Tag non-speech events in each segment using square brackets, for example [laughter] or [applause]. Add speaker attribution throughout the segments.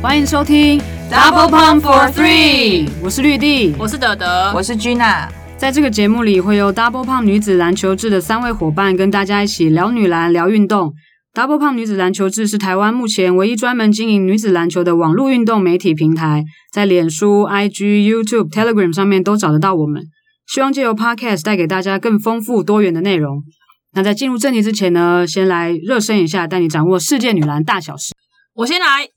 Speaker 1: 欢迎收听
Speaker 2: Double Pump for Three
Speaker 1: 我是绿地。
Speaker 2: 我是德德，
Speaker 3: 我是 Gina，
Speaker 1: 在这个节目里，会由 Double Pump 女子篮球志的三位伙伴跟大家一起聊女篮、聊运动。Double Pump 女子篮球志是台湾目前唯一专门经营女子篮球的网络运动媒体平台，在脸书、IG、YouTube、Telegram 上面都找得到我们。希望借由 Podcast 带给大家更丰富多元的内容。那在进入正题之前呢，先来热身一下，带你掌握世界女篮大小事。
Speaker 2: 我先来。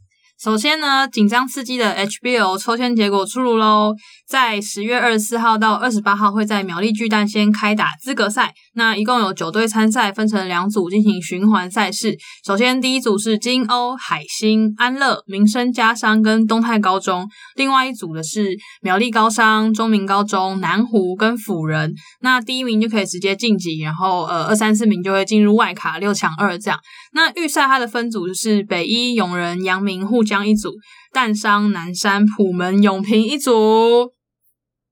Speaker 2: 首先呢，紧张刺激的 HBO 抽签结果出炉喽，在十月二十四号到二十八号会在苗栗巨蛋先开打资格赛，那一共有九队参赛，分成两组进行循环赛事。首先第一组是金欧、海星、安乐、民生家商跟东泰高中，另外一组的是苗栗高商、中明高中、南湖跟辅仁。那第一名就可以直接晋级，然后呃二三四名就会进入外卡六强二这样。那预赛它的分组就是北一、永仁、阳明、沪江一组，淡商、南山、普门、永平一组。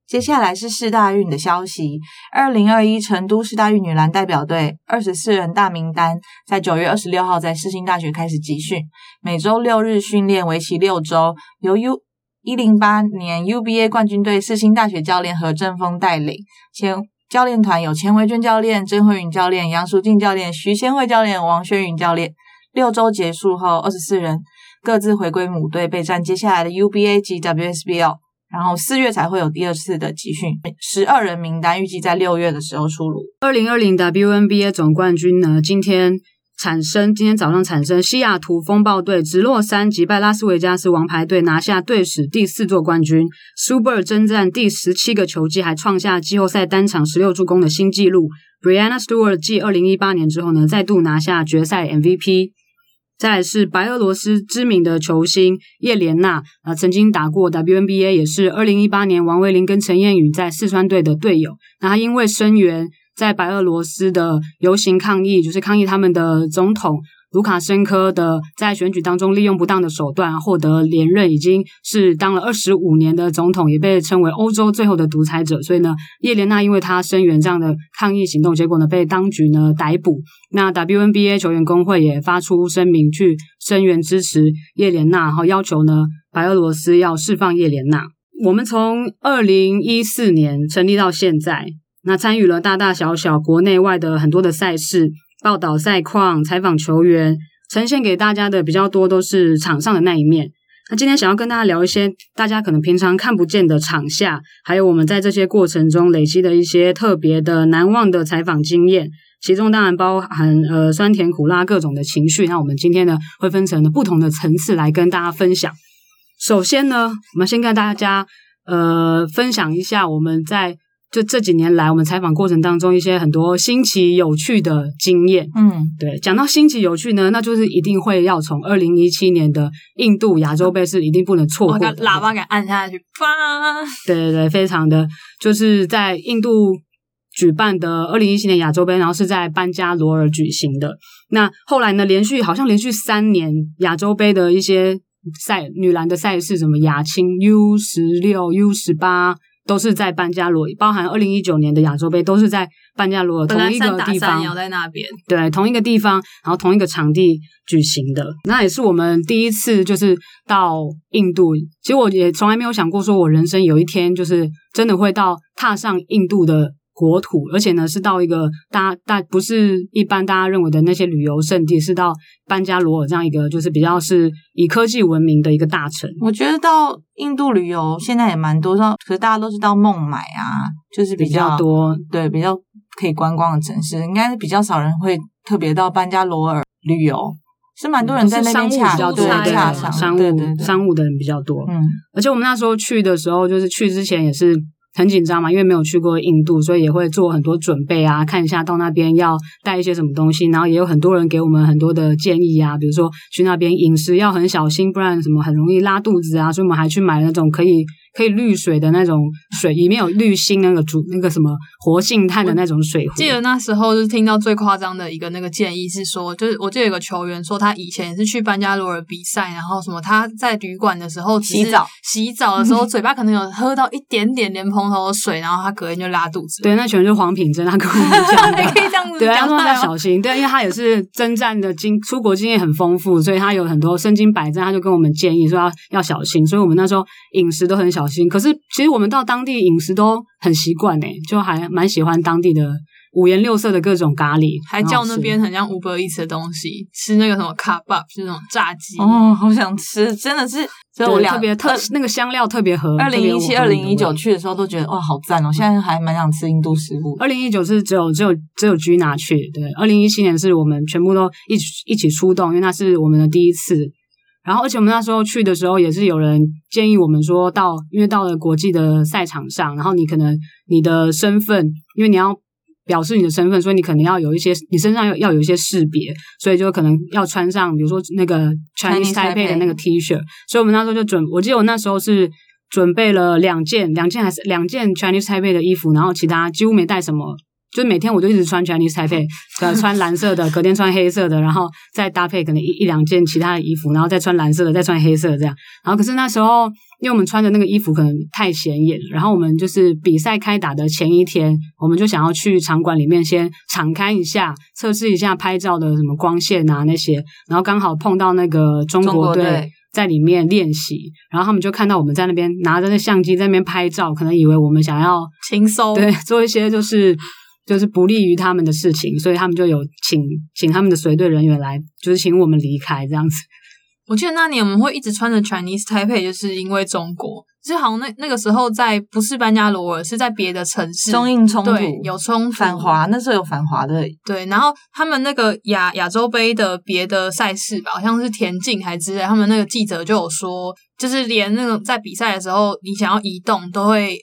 Speaker 3: 接下来是世大运的消息。二零二一成都市大运女篮代表队二十四人大名单在九月二十六号在世新大学开始集训，每周六日训练，为期六周，由 U 一零八年 UBA 冠军队世新大学教练何正峰带领。前教练团有钱维娟教练、郑慧允教练、杨淑静教练、徐先慧教练、王轩云教练。六周结束后，二十四人各自回归母队备战接下来的 UBA 及 WSBL。然后四月才会有第二次的集训，十二人名单预计在六月的时候出炉。
Speaker 1: 二零二零 WNBA 总冠军呢，今天产生，今天早上产生，西雅图风暴队直落三击败拉斯维加斯王牌队，拿下队史第四座冠军。舒伯尔征战第十七个球季，还创下季后赛单场十六助攻的新纪录。Brianna Stewart 继二零一八年之后呢，再度拿下决赛 MVP。再来是白俄罗斯知名的球星叶莲娜，啊、呃，曾经打过 WNBA，也是二零一八年王威林跟陈燕宇在四川队的队友。那他因为声援在白俄罗斯的游行抗议，就是抗议他们的总统卢卡申科的在选举当中利用不当的手段获得连任，已经是当了二十五年的总统，也被称为欧洲最后的独裁者。所以呢，叶莲娜因为她声援这样的抗议行动，结果呢被当局呢逮捕。那 WNBA 球员工会也发出声明去声援支持叶莲娜，然后要求呢白俄罗斯要释放叶莲娜。我们从二零一四年成立到现在，那参与了大大小小国内外的很多的赛事，报道赛况、采访球员，呈现给大家的比较多都是场上的那一面。那今天想要跟大家聊一些大家可能平常看不见的场下，还有我们在这些过程中累积的一些特别的、难忘的采访经验。其中当然包含呃酸甜苦辣各种的情绪。那我们今天呢会分成不同的层次来跟大家分享。首先呢，我们先跟大家呃分享一下我们在就这几年来我们采访过程当中一些很多新奇有趣的经验。
Speaker 3: 嗯，
Speaker 1: 对，讲到新奇有趣呢，那就是一定会要从二零一七年的印度亚洲杯是一定不能错
Speaker 2: 我
Speaker 1: 过
Speaker 2: 把
Speaker 1: 的。
Speaker 2: 哦喇叭给按下去，啪！
Speaker 1: 对对对，非常的就是在印度举办的二零一七年亚洲杯，然后是在班加罗尔举行的。那后来呢，连续好像连续三年亚洲杯的一些赛女篮的赛事，什么亚青 U 十六、U 十八。都是在班加罗，包含二零一九年的亚洲杯，都是在班加罗尔
Speaker 2: 本
Speaker 1: 同
Speaker 2: 来
Speaker 1: 一个
Speaker 2: 三打
Speaker 1: 地
Speaker 2: 三
Speaker 1: 方
Speaker 2: 也。要在那边，
Speaker 1: 对，同一个地方，然后同一个场地举行的，那也是我们第一次就是到印度。其实我也从来没有想过，说我人生有一天就是真的会到踏上印度的国土，而且呢是到一个大家大不是一般大家认为的那些旅游胜地，是到班加罗尔这样一个就是比较是以科技闻名的一个大城。
Speaker 3: 我觉得到印度旅游现在也蛮多，像可是大家都是到孟买啊，就是
Speaker 1: 比
Speaker 3: 比
Speaker 1: 较
Speaker 3: 较
Speaker 1: 多
Speaker 3: 对比较可以观光的城市，应该是比较少人会特别到班加罗尔旅游，是蛮多人在那边
Speaker 1: 嗯商务比
Speaker 3: 洽
Speaker 1: 较多，
Speaker 2: 商
Speaker 3: 对
Speaker 2: 洽
Speaker 1: 对
Speaker 3: 洽
Speaker 2: 商
Speaker 1: 商
Speaker 3: 商，对对
Speaker 1: 务
Speaker 3: 对，
Speaker 1: 商务的 [laughs] 人比较多。
Speaker 3: 嗯
Speaker 1: 而且我们那时候去的时候，就是去之前也是很紧张嘛，因为没有去过印度，所以也会做很多准备啊，看一下到那边要带一些什么东西，然后也有很多人给我们很多的建议啊，比如说去那边饮食要很小心，不然什么很容易拉肚子啊，所以我们还去买那种可以可以滤水的那种水，里面有滤芯那个主那个什么活性炭的那种水壶。
Speaker 2: 记得那时候就是听到最夸张的一个那个建议是说，就是我记得有个球员说他以前也是去班加罗尔比赛，然后什么他在旅馆的时候只是
Speaker 3: 洗澡
Speaker 2: 洗澡的
Speaker 3: [laughs]
Speaker 2: 时候嘴巴可能有喝到一点点莲蓬头的水，然后他隔天就拉肚
Speaker 3: [laughs]
Speaker 2: 子。
Speaker 1: 对，那全是黄品珍，他跟我们讲
Speaker 2: 还
Speaker 1: 的。
Speaker 2: 可以这样
Speaker 1: [laughs]
Speaker 2: 子
Speaker 1: 对，他
Speaker 2: 讲
Speaker 1: 说
Speaker 2: 话
Speaker 1: 他
Speaker 2: 哦
Speaker 1: 要小心，对，因为他也是征战的经出国经验很丰富，所以他有很多身经百战，他就跟我们建议说要要小心，所以我们那时候饮食都很小心。可是其实我们到当地饮食都很习惯诶，就还蛮喜欢当地的五颜六色的各种咖喱，
Speaker 2: 还叫那
Speaker 3: 哦
Speaker 1: 很好吃
Speaker 2: 边很像 Uber Eats 的东西，吃那个什么 c u p up，就是那种炸鸡。
Speaker 3: 哦，好想吃，真的是，所以我
Speaker 1: 对
Speaker 3: 两
Speaker 1: 特别特那个香料特别合。
Speaker 3: 呃二零一七、二零一九去的时候都觉得哇，好赞哦！现在还蛮想吃印度食物的。
Speaker 1: 二零一九是只有只有只有 G 拿去，对，二零一七年是我们全部都一起一起出动，因为那是我们的第一次。然后，而且我们那时候去的时候，也是有人建议我们说到，因为到了国际的赛场上，然后你可能你的身份，因为你要表示你的身份，所以你可能要有一些，你身上要要有一些识别，所以就可能要穿上，比如说那个
Speaker 3: Chinese
Speaker 1: Chinese Taipei
Speaker 3: Taipei
Speaker 1: 的那个 T 恤，所以我们那时候就准，我记得我那时候是准备了两件，两件还是两件 Chinese Taipei 的衣服，然后其他几乎没带什么，就是每天我就一直穿 Chinese Taipei，呃，穿蓝色的，隔天穿黑色的，然后再搭配可能一一两件其他的衣服，然后再穿蓝色的，再穿黑色的这样。然后可是那时候，因为我们穿的那个衣服可能太显眼了，然后我们就是比赛开打的前一天，我们就想要去场馆里面先敞开一下，测试一下拍照的什么光线啊那些，然后刚好碰到那个中
Speaker 3: 中国
Speaker 1: 国
Speaker 3: 队
Speaker 1: 队。在里面练习，然后他们就看到我们在那边拿着那相机在那边拍照，可能以为我们想要
Speaker 2: 轻松，
Speaker 1: 对，做一些就是就是不利于他们的事情，所以他们就有请请他们的随队人员来，就是请我们离开这样子。
Speaker 2: 我记得那年我们会一直穿着 Chinese Taipei，就是因为中国，就是好像那那个时候在不是班加罗尔，是在别的城市，
Speaker 3: 中印冲突
Speaker 2: 对有冲突
Speaker 3: 反华，那时候有反华的，
Speaker 2: 对，然后他们那个亚亚洲杯的别的赛事吧，好像是田径还之类，他们那个记者就有说，就是连那种在比赛的时候，你想要移动都会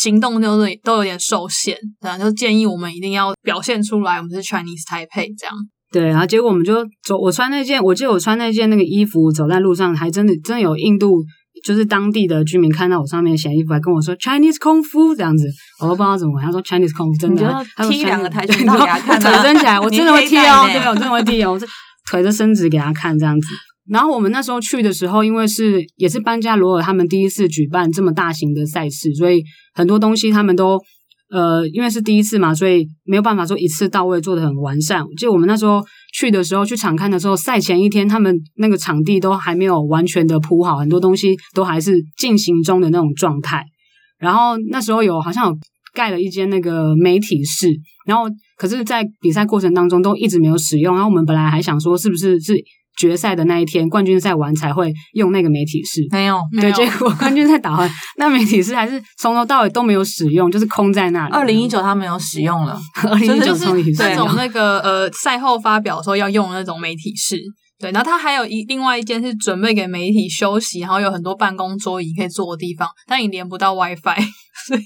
Speaker 2: 行动都是都有点受限，然后就建议我们一定要表现出来，我们是 Chinese Taipei 这样。
Speaker 1: 对，然后结果我们就走，我穿那件，我记得我穿那件那个衣服走在路上，还真的真的有印度。就是当地的居民看到我上面写衣服，还跟我说 Chinese 空夫这样子，我都不知道怎么回。他说 Chinese 空夫真的
Speaker 3: 你就
Speaker 1: 啊，他说
Speaker 3: 踢
Speaker 1: Chinese-
Speaker 3: 两个跆拳道给他看啊
Speaker 1: 对腿伸起来，我真的会踢哦，
Speaker 3: 你黑带呢
Speaker 1: 对，我真的会踢哦，我这腿都伸直给他看这样子。然后我们那时候去的时候，因为是也是班加罗尔他们第一次举办这么大型的赛事，所以很多东西他们都呃，因为是第一次嘛，所以没有办法说一次到位做的很完善。就我们那时候去的时候，去场看的时候，赛前一天他们那个场地都还没有完全的铺好，很多东西都还是进行中的那种状态。然后那时候有好像有盖了一间那个媒体室，然后可是，在比赛过程当中都一直没有使用。然后我们本来还想说，是不是是决赛的那一天，冠军赛完才会用那个媒体室？
Speaker 3: 没有。
Speaker 2: 没
Speaker 1: 对，
Speaker 2: 有
Speaker 1: 结果冠军赛打完，那媒体室还是从头到尾都没有使用， [laughs] 就是空在那里。
Speaker 3: 二零一九他们有使用了，
Speaker 1: 二零一
Speaker 3: 就
Speaker 2: [laughs]
Speaker 1: 九
Speaker 2: 就是
Speaker 1: 终于
Speaker 2: 那
Speaker 1: 使
Speaker 2: 种
Speaker 1: 用。
Speaker 2: 那个呃赛后发表的时候要用的那种媒体室。对，然后它还有一另外一间是准备给媒体休息，然后有很多办公桌椅可以坐的地方，但你连不到 WiFi，所 [laughs] 以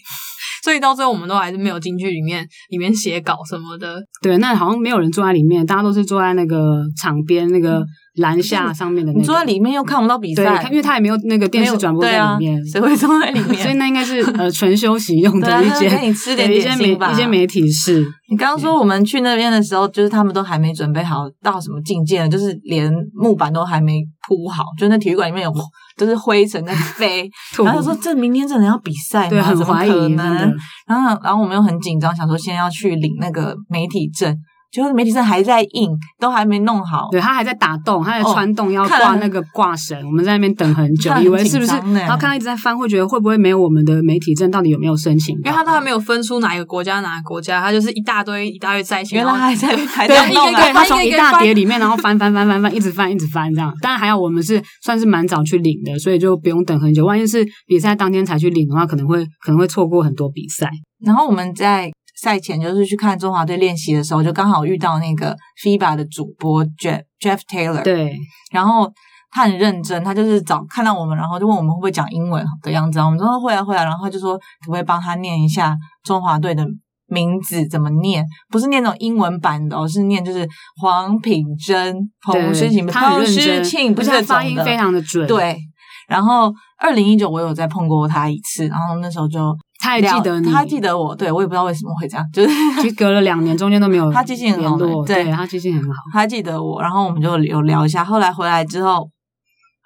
Speaker 2: 所以到最后我们都还是没有进去里面里面写稿什么的。
Speaker 1: 对，那好像没有人坐在里面，大家都是坐在那个场边那个篮下上面的那
Speaker 3: 嗯你
Speaker 1: 个。
Speaker 3: 坐在里面又看不到比
Speaker 1: 对，
Speaker 3: 赛
Speaker 1: 看，因为他也没有那个电
Speaker 3: 没有
Speaker 1: 视转播
Speaker 3: 对
Speaker 1: 在
Speaker 3: 啊
Speaker 1: 里面，
Speaker 3: 谁会坐在里
Speaker 1: [laughs] 所以
Speaker 3: 面？
Speaker 1: 那应该是
Speaker 3: [laughs]
Speaker 1: 呃纯休息用
Speaker 3: 对啊，
Speaker 1: 的一
Speaker 3: 那
Speaker 1: 间。
Speaker 3: 给你吃点
Speaker 1: 对一
Speaker 3: 点
Speaker 1: 些媒
Speaker 3: 心吧。
Speaker 1: 一些媒体室，
Speaker 3: 你刚刚说我们去那边的时候，就是他们都还没准备好到什么境界呢，就是连木板都还没铺好，就那体育馆里面有就是灰尘在
Speaker 1: [laughs]
Speaker 3: 飞，
Speaker 1: 吐
Speaker 3: 然后他说这明天真的要比赛吗？
Speaker 1: 对，很
Speaker 3: 怎么
Speaker 1: 怀疑，
Speaker 3: 可
Speaker 1: 真
Speaker 3: 能
Speaker 1: 的。
Speaker 3: 然后，然后我们又很紧张，想说先要去领那个媒体证，结果媒体证还在印，都还没弄好。
Speaker 1: 对他还在打洞，他在穿洞要
Speaker 3: 看了
Speaker 1: 挂那个挂绳，我们在那边等 [laughs] 很欸久
Speaker 3: 看，了
Speaker 1: 以为是不是
Speaker 3: 很紧张？呢
Speaker 1: 然后看他一直在翻，会觉得会不会没有我们的媒体证，到底有没有申请
Speaker 2: 因
Speaker 1: 到？
Speaker 2: 为他都还没有分出哪一个国家哪个国家，他就是一大堆一大堆在一起，
Speaker 3: 原来
Speaker 2: 然后
Speaker 3: 还在还
Speaker 1: 对
Speaker 3: 在弄
Speaker 2: 一
Speaker 3: 啊
Speaker 2: 个一个
Speaker 1: 对，他从
Speaker 2: 一
Speaker 1: 一
Speaker 2: 个
Speaker 1: 大
Speaker 2: 翻
Speaker 1: 叠里面，然后翻翻翻翻翻，一直翻一直翻这样。当然还好，我们是算是蛮早去领的，所以就不用等很久。万一是比赛当天才去领的话，可能会可能会错过很多比赛。
Speaker 3: 然后我们在赛前就是去看中华队练习的时候，就刚好遇到那个 FIBA 的主播 Jeff Jeff Taylor，，
Speaker 1: 对，
Speaker 3: 然后他很认真，他就是找看到我们，然后就问我们会不会讲英文的样子，然后我们说会啊会啊，然后他就说可不可以帮他念一下中华队的名字怎么念？不是念那种英文版的、哦，是念就是黄品珍、彭哦
Speaker 1: 对
Speaker 3: 诗晴、
Speaker 1: 他很
Speaker 3: 彭
Speaker 1: 认
Speaker 3: 诗
Speaker 1: 真，
Speaker 3: 庆，不
Speaker 1: 而
Speaker 3: 是
Speaker 1: 且
Speaker 3: 这
Speaker 1: 他
Speaker 3: 种的
Speaker 1: 发音非常的准。
Speaker 3: 对。然后，二零一九我有再碰过他一次，然后那时候就
Speaker 1: 他还记得你，
Speaker 3: 他记得我，对我也不知道为什么会这样，就是
Speaker 1: 其实隔了两年，中间都 [laughs] 没有
Speaker 3: 他记性很好
Speaker 1: 联络
Speaker 3: 对
Speaker 1: 欸对他记性很好。
Speaker 3: 他记得我，然后我们就有聊一下。后来回来之后，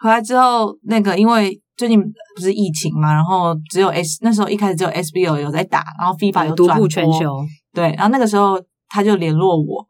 Speaker 3: 回来之后那个因为最近不是疫情嘛，然后只有 S 那时候一开始只有 SBO 有在打，然后 FIFA 有
Speaker 1: 嗯独
Speaker 3: 转
Speaker 1: 步
Speaker 3: 播
Speaker 1: 全球，
Speaker 3: 对，然后那个时候他就联络我，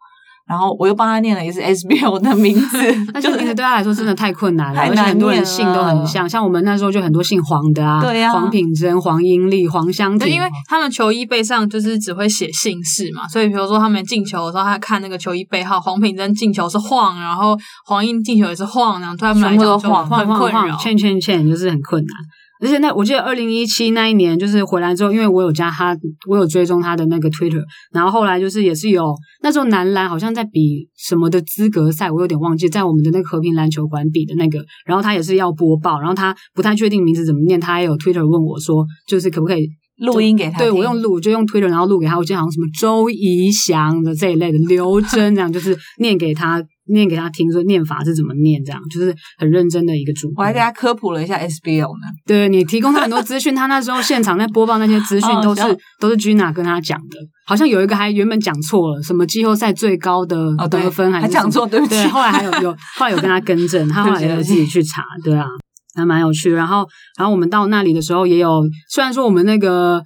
Speaker 3: 然后我又帮他念了一次 SBO 的名
Speaker 1: [laughs]
Speaker 3: 字，
Speaker 1: 但
Speaker 3: 就是
Speaker 1: 其实
Speaker 3: 是
Speaker 1: 对他来说真的太困难了，
Speaker 3: 太
Speaker 1: 而且很多人
Speaker 3: 难念
Speaker 1: 姓都很
Speaker 3: 了
Speaker 1: 像，像我们那时候就很多姓黄的啊，
Speaker 3: 对啊
Speaker 1: 黄品珍、黄英丽、黄香
Speaker 2: 对，
Speaker 1: 婷，
Speaker 2: 因为他们球衣背上就是只会写姓氏嘛，所以比如说他们进球的时候，他看那个球衣背号，黄品珍进球是晃，然后黄英进球也是晃，然后对他们来
Speaker 3: 全部都
Speaker 2: 讲就
Speaker 3: 晃
Speaker 1: 晃
Speaker 2: 很
Speaker 1: 晃
Speaker 2: 困
Speaker 1: 晃，
Speaker 2: 扰。
Speaker 1: 欠欠欠，就是很困难。而且那我记得二零一七那一年，就是回来之后，因为我有加他，我有追踪他的那个 Twitter，然后后来就是也是有那时候男篮好像在比什么的资格赛，我有点忘记，在我们的那个和平篮球馆比的那个，然后他也是要播报，然后他不太确定名字怎么念，他也有 Twitter 问我说，就是可不可以
Speaker 3: [laughs] 录音给他
Speaker 1: 对
Speaker 3: 听
Speaker 1: 我用录，就用推论，然后录给他。我记得好像什么周怡翔的这一类的，刘真这样，就是念给他，念给他听，说念法是怎么念，这样就是很认真的一个主播。
Speaker 3: 我还给他科普了一下 SBO 呢。
Speaker 1: 对你提供他很多资讯，他那时候现场在播报那些资讯
Speaker 3: [laughs] 好好
Speaker 1: 都是
Speaker 3: 笑
Speaker 1: 都是 Gina 跟他讲的，好像有一个还原本讲错了，什么季后赛最高的
Speaker 3: 哦对
Speaker 1: 得分还是
Speaker 3: 还讲
Speaker 1: 什么
Speaker 3: 错对不起
Speaker 1: [laughs] 对，后来还有有后来有跟他更正，他后来也
Speaker 3: 对不起
Speaker 1: 有
Speaker 3: 对不
Speaker 1: 自
Speaker 3: 起
Speaker 1: 己去查，对啊，还蛮有趣的。然后然后我们到那里的时候也有，虽然说我们那个。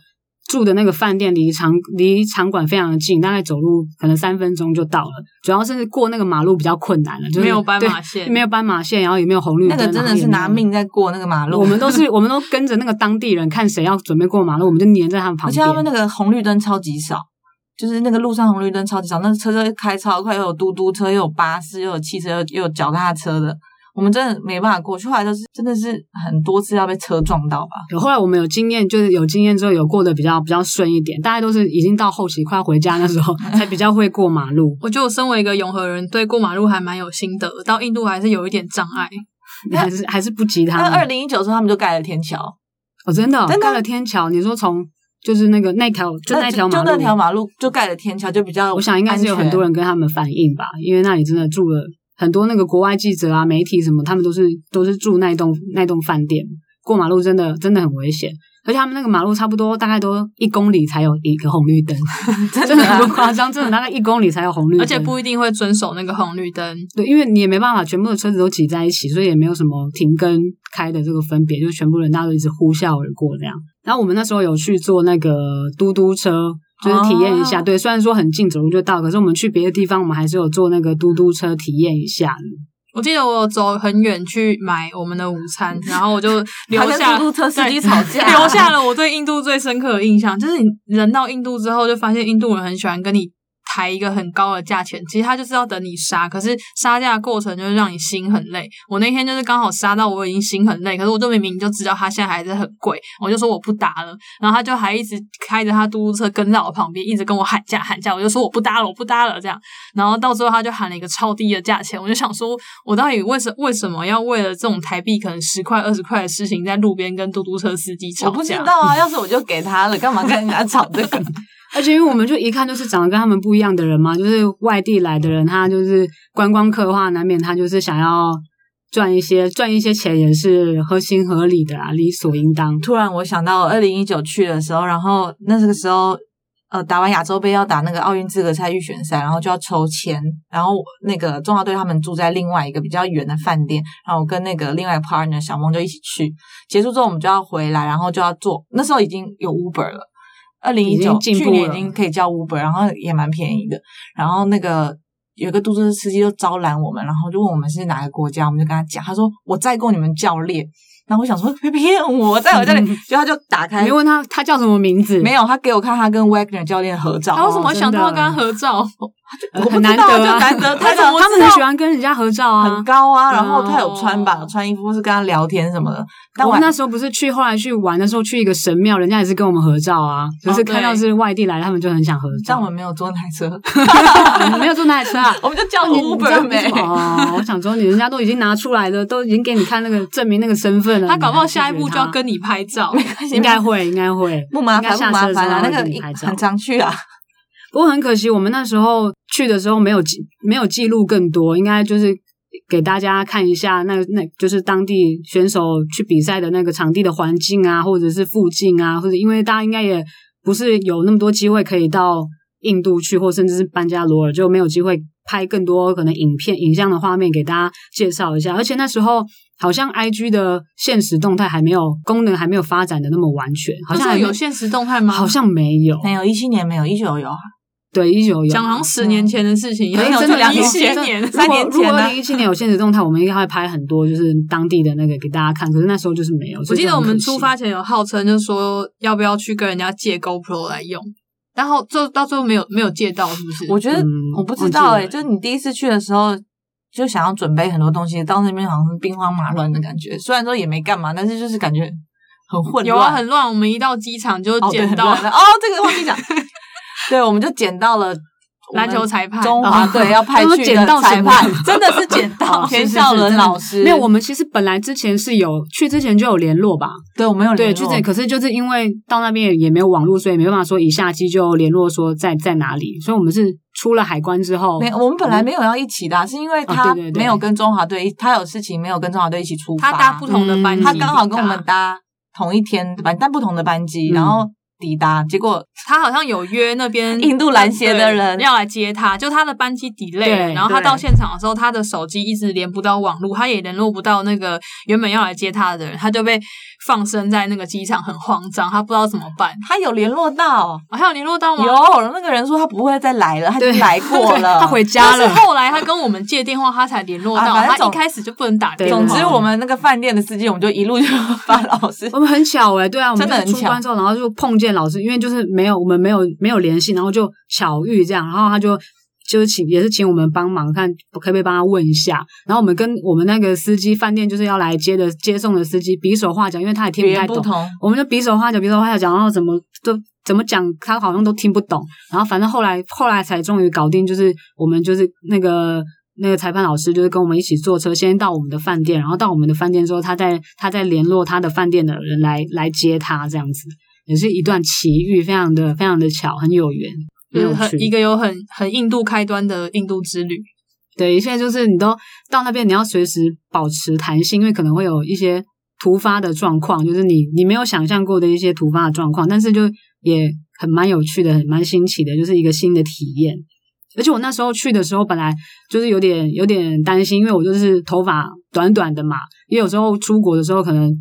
Speaker 1: 住的那个饭店离场离场馆非常的近，大概走路可能三分钟就到了。主要是过那个马路比较困难了，就是
Speaker 2: 没有斑马
Speaker 1: 对
Speaker 2: 线
Speaker 1: 没有斑马线，然后也没有红绿
Speaker 3: 那
Speaker 1: 灯，
Speaker 3: 个真
Speaker 1: 然后
Speaker 3: 的
Speaker 1: 也
Speaker 3: 是
Speaker 1: 没有
Speaker 3: 拿命在过那个马路，
Speaker 1: 我们都是，我们都跟着那个当地人看谁要准备过马路，我们就黏在他们旁
Speaker 3: 而且
Speaker 1: 边。
Speaker 3: 他们那个红绿灯超级少，就是那个路上红绿灯超级少，那个车车开超快，又有嘟嘟车，又有巴士，又有汽车，又有又有脚踏车的，我们真的没办法过去。后来就是真的是很多次要被车撞到吧，
Speaker 1: 有后来我们有经验，就是有经验之后有过得比较比较顺一点，大概都是已经到后期快回家那时候才比较会过马路。
Speaker 2: 我觉得我身为一个永和人，对过马路还蛮有心得，到印度还是有一点障碍。
Speaker 1: 你还是还是不及他
Speaker 3: 但
Speaker 1: 们。
Speaker 3: 二零一九的时候他们就盖了天桥，
Speaker 1: 哦，真的哦
Speaker 3: 真的
Speaker 1: 盖了天桥，你说从就是那个那条就那条马
Speaker 3: 就
Speaker 1: 路，
Speaker 3: 那条马路就盖了天桥，就比较
Speaker 1: 我想应该是有很多
Speaker 3: 人
Speaker 1: 人跟他们反映吧，因为那里真的住了很多那个国外记者啊、媒体什么，他们都是都是住那栋那栋饭店，过马路真的真的很危险。而且他们那个马路差不多大概都一公里才有一个红绿灯， [laughs] 真的很夸张，真的大概一公里才有红绿灯，
Speaker 2: 而且不一定会遵守那个红绿灯。
Speaker 1: 对，因为你也没办法全部的车子都挤在一起，所以也没有什么停跟开的这个分别，就全部人大家都一直呼啸而过这样。然后我们那时候有去坐那个嘟嘟车，就是体验一下。
Speaker 3: 哦
Speaker 1: 对，虽然说很近，走路就到，可是我们去别的地方，我们还是有坐那个嘟嘟车体验一下的。
Speaker 2: 我记得我有走很远去买我们的午餐，然后我就
Speaker 3: [laughs]
Speaker 2: 留
Speaker 3: 他
Speaker 2: 下
Speaker 3: 跟出租车司机
Speaker 2: 对
Speaker 3: 吵
Speaker 1: [laughs]
Speaker 3: 架，
Speaker 2: [laughs] 留下了我对印度最深刻的印象，就是你人到印度之后，就发现印度人很喜欢跟你抬一个很高的价钱，其实他就是要等你杀，可是杀价的过程就是让你心很累。我那天就是刚好杀到我已经心很累，可是我就明明就知道他现在还是很贵，我就说我不打了，然后他就还一直开着他嘟嘟车跟在我旁边，一直跟我喊价喊价，我就说我不搭了，我不搭了这样，然后到最后他就喊了一个超低的价钱，我就想说，我到底为什为什么要为了这种台币可能十块二十块的事情，在路边跟嘟嘟车司机吵
Speaker 3: 我不知
Speaker 2: 架？
Speaker 3: 道啊，要是我就给他了，干嘛跟人家吵这个？
Speaker 1: 而且因为我们就一看就是长得跟他们不一样的人嘛，就是外地来的人，他就是观光客的话，难免他就是想要赚一些赚一些钱，也是合情合理的啦，理所应当。
Speaker 3: 突然我想到二零一九去的时候，然后那个时候呃打完亚洲杯要打那个奥运资格赛预选赛，然后就要抽签，然后我那个中华队他们住在另外一个比较远的饭店，然后我跟那个另外一个 partner 小梦就一起去。结束之后我们就要回来，然后就要坐，那时候已经有 Uber 了。二零一
Speaker 1: 已
Speaker 3: 九
Speaker 1: 经进步
Speaker 3: 去年已
Speaker 1: 了
Speaker 3: 经可以叫 Uber，然后也蛮便宜的。然后那个有一个嘟嘟车司机就招揽我们，然后就问我们是哪个国家，我们就跟他讲，他说我载过你们教练。然后我想说别骗我，在我教练，结果他就打开
Speaker 1: 嗯没，问他他叫什么名字？
Speaker 3: 没有，他给我看他跟 Wagner 教练合照，啊
Speaker 2: 他为什么会
Speaker 1: 真
Speaker 2: 想到
Speaker 1: 的
Speaker 2: 要跟他合照？
Speaker 1: 呃
Speaker 3: 我不
Speaker 1: 很
Speaker 3: 知
Speaker 1: 难
Speaker 3: 道
Speaker 1: 得
Speaker 3: 就
Speaker 1: 啊，
Speaker 3: 难
Speaker 1: [laughs]
Speaker 3: 得
Speaker 1: 他
Speaker 3: 他
Speaker 1: 怎
Speaker 3: 怎
Speaker 1: 么
Speaker 3: 么
Speaker 1: 他们
Speaker 3: 知
Speaker 1: 很
Speaker 3: 道
Speaker 1: 喜欢跟人家合照啊
Speaker 3: 很。高啊，
Speaker 1: 对啊
Speaker 3: 然后他有穿吧，穿衣服或是跟他聊天什么的，但
Speaker 1: 我
Speaker 3: 我
Speaker 1: 哦们那时候不是去，后来去玩的时候去一个神庙，人家也是跟我们合照啊。可是
Speaker 2: 对
Speaker 1: 看到是外地来的，他们就很想合
Speaker 3: 但我
Speaker 1: 照。
Speaker 3: 们没有坐那台车，
Speaker 1: [laughs] 我们没有坐那台车啊。
Speaker 3: 我们就叫
Speaker 1: 你你知
Speaker 3: Uber
Speaker 1: 道为
Speaker 3: 呗
Speaker 1: 什。么 [laughs] 哦，我想说，你人家都已经拿出来了，都已经给你看那个证明那个身份了。
Speaker 2: 他搞不好
Speaker 1: 你还
Speaker 2: 下一
Speaker 1: 拒绝
Speaker 2: 步就要
Speaker 1: 他
Speaker 2: 跟你拍照。
Speaker 1: 应该会，应该会。
Speaker 3: 不麻
Speaker 1: 应该
Speaker 3: 烦，
Speaker 1: 下
Speaker 3: 不
Speaker 1: 车
Speaker 3: 麻
Speaker 1: 的时候
Speaker 3: 烦啊，
Speaker 1: 他会
Speaker 3: 那个
Speaker 1: 给你
Speaker 3: 一
Speaker 1: 拍照
Speaker 3: 很常去啊。
Speaker 1: 不过很可惜，我们那时候去的时候没有记没有记录更多，应该就是给大家看一下那那就是当地选手去比赛的那个场地的环境啊，或者是附近啊，或者因为大家应该也不是有那么多机会可以到印度去，或甚至是班加罗尔，就没有机会拍更多可能影片、影像的画面给大家介绍一下。而且那时候好像 I G 的现实动态还没有功能还没有发展的那么完全，好像
Speaker 2: 那
Speaker 1: 还
Speaker 2: 时
Speaker 1: 没
Speaker 2: 候有现实动态吗？
Speaker 1: 好像没有，
Speaker 3: 没有一七年没有，一九有啊，
Speaker 1: 对，一九有
Speaker 2: 讲好像十年前的事情，
Speaker 3: 没有
Speaker 2: 真
Speaker 3: 就
Speaker 2: 的
Speaker 3: 两
Speaker 2: 一
Speaker 3: 年
Speaker 2: 七
Speaker 3: 前
Speaker 2: 年，
Speaker 3: 三年
Speaker 1: 如果
Speaker 3: 前
Speaker 1: 二
Speaker 3: 呢
Speaker 1: 零一七年啊有现实动态，我们应该会拍很多，就是当地的那个给大家看。可是那时候就是没有。
Speaker 2: 我
Speaker 1: 所以
Speaker 2: 记
Speaker 1: 就
Speaker 2: 得
Speaker 1: 很
Speaker 2: 我们
Speaker 1: 可惜
Speaker 2: 出发前有号称就说要不要去跟人家借 GoPro 来用，然后就到最后没有没有借到，是不是？
Speaker 3: 我觉得、
Speaker 1: 嗯
Speaker 3: 我不知
Speaker 1: 忘记
Speaker 3: 道
Speaker 1: 了
Speaker 3: 哎、就是你第一次去的时候就想要准备很多东西，到那边好像是兵荒马乱的感觉。虽然说也没干嘛，但是就是感觉很混乱。
Speaker 2: 有啊，很乱。我们一到机场就
Speaker 3: 哦对
Speaker 2: 捡
Speaker 3: 很
Speaker 2: 到
Speaker 3: 乱哦，这个忘
Speaker 1: [laughs]
Speaker 3: 记讲，对，我们就捡到了我们
Speaker 2: 篮球裁判，
Speaker 3: 中华队要派
Speaker 1: 哦他说
Speaker 3: 去
Speaker 1: 捡
Speaker 3: 的
Speaker 1: 到什
Speaker 3: 裁
Speaker 1: 么
Speaker 3: 判，真的是捡
Speaker 1: 哦
Speaker 3: [laughs] 到
Speaker 1: 是
Speaker 3: 田
Speaker 1: 是
Speaker 3: 孝
Speaker 1: 是
Speaker 3: 伦
Speaker 1: 真的
Speaker 3: 老师。
Speaker 1: 没有，我们其实本来之前是有去之前就有联络吧，
Speaker 3: 对我们有
Speaker 1: 对，
Speaker 3: 联
Speaker 1: 去
Speaker 3: 络
Speaker 1: 这，可是嗯就是因为到那边也也没有网络，所以没办法说一下机就联络说在在哪里，所以我们是出了海关之后，
Speaker 3: 没有，我们本来没有要一起的啊、是因为
Speaker 1: 嗯
Speaker 3: 他
Speaker 1: 哦对对对
Speaker 3: 没有跟中华队一，他有事情没有跟中华队一起出发，
Speaker 2: 他搭不同的
Speaker 1: 嗯
Speaker 2: 班级，
Speaker 3: 他刚好跟我们，搭同一天班，但不同的班机，
Speaker 1: 嗯
Speaker 3: 然后抵达，结果
Speaker 2: 他好像有约那边
Speaker 1: 嗯
Speaker 3: 印度篮协的人
Speaker 2: 对要来接他，就他的班机 delay，了
Speaker 1: 对
Speaker 2: 然后他
Speaker 3: 对
Speaker 2: 到现场的时候，他的手机一直连不到网络，他也联络不到那个原本要来接他的人，他就被放生在那个机场，很慌张，他不知道怎么办。
Speaker 3: 他有联络到，
Speaker 2: 好像有联络到吗？
Speaker 3: 有那个人说他不会再来了，他已经
Speaker 1: 对
Speaker 3: 来过
Speaker 1: 对 [laughs]
Speaker 3: 了，
Speaker 1: 他回家
Speaker 2: 但是
Speaker 1: 了。
Speaker 2: 后来他跟我们借电话，他才联络到，
Speaker 3: 啊反正
Speaker 2: 他一
Speaker 3: 总
Speaker 2: 开始就不能打电话。
Speaker 3: 总
Speaker 1: 对
Speaker 3: 之，我们那个饭店的司机，我们就一路就发老
Speaker 1: [laughs]
Speaker 3: 师，
Speaker 1: 我们很巧哎、对啊，我们
Speaker 3: 真的
Speaker 1: 就是
Speaker 3: 很
Speaker 1: 出关
Speaker 3: 巧
Speaker 1: 之后，然后就碰见老师，因为就是没有我们没有没有联系，然后就巧遇这样，然后他就就是请也是请我们帮忙看可不可以帮他问一下，然后我们跟我们那个司机饭店就是要来接的接送的司机比手画脚，因为他也听
Speaker 3: 语
Speaker 1: 不太
Speaker 3: 言不
Speaker 1: 懂，
Speaker 3: 同，
Speaker 1: 我们就比手画脚比手画脚讲，然后怎么都。怎么讲，他好像都听不懂。然后反正后来，后来才终于搞定，就是我们就是那个那个裁判老师，就是跟我们一起坐车，先到我们的饭店，然后到我们的饭店之后，他再他再联络他的饭店的人来来接他，这样子也是一段奇遇，非常的非常的巧，很有缘，
Speaker 2: 就
Speaker 1: 很有
Speaker 2: 是嗯很一
Speaker 1: 趣。
Speaker 2: 个有很很印度开端的印度之旅，
Speaker 1: 对，现在就是你都到那边，你要随时保持弹性，因为可能会有一些突发的状况，就是你你没有想象过的一些突发的状况，但是就也很蛮有趣的，很蛮新奇的，就是一个新的体验。而且我那时候去的时候，本来就是有点有点担心，因为我就是头发短短的嘛，因为有时候出国的时候可能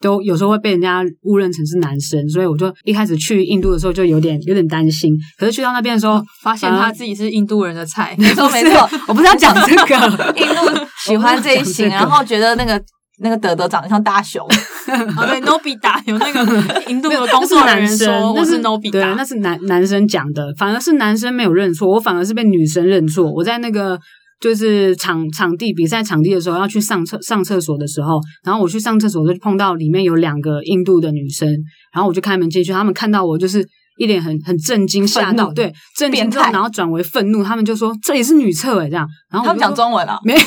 Speaker 1: 都有时候会被人家误认成是男生，所以我就一开始去印度的时候就有点有点担心。可是去到那边的时候，
Speaker 2: 发现
Speaker 3: 啊
Speaker 1: 反而
Speaker 2: 他自己是印度人的菜。
Speaker 3: [laughs] 没
Speaker 2: [laughs]
Speaker 3: 错没错，
Speaker 1: 我不是要讲这个， [laughs]
Speaker 3: 印度喜欢这一型，啊
Speaker 1: 我不是要讲这个
Speaker 3: 然后觉得那个那个德德长得像
Speaker 1: [laughs]
Speaker 3: 大熊，
Speaker 2: 哦， [laughs] 对，Nobita 有那个印度
Speaker 1: 没有
Speaker 2: 的工作人员说我
Speaker 1: 那
Speaker 2: 是
Speaker 1: 是对，那
Speaker 2: Nobita，
Speaker 1: 是男男生讲的，反而是男生没有认错，我反而是被女生认错。我在那个就是场场地比赛场地的时候，要去上厕上厕所的时候，然后我去上厕所就碰到里面有两个印度的女生，然后我就开门进去，他们看到我就是。一脸很很震惊，吓
Speaker 3: 愤
Speaker 1: 到
Speaker 3: 怒
Speaker 1: 对震惊之后，
Speaker 3: 变态
Speaker 1: 然后转为愤怒，他们就说这里是女厕欸诶，这样，然后
Speaker 3: 他
Speaker 1: 我
Speaker 3: 们
Speaker 1: 就
Speaker 3: 讲
Speaker 1: 说
Speaker 3: 中文啊，
Speaker 1: 没有， [laughs]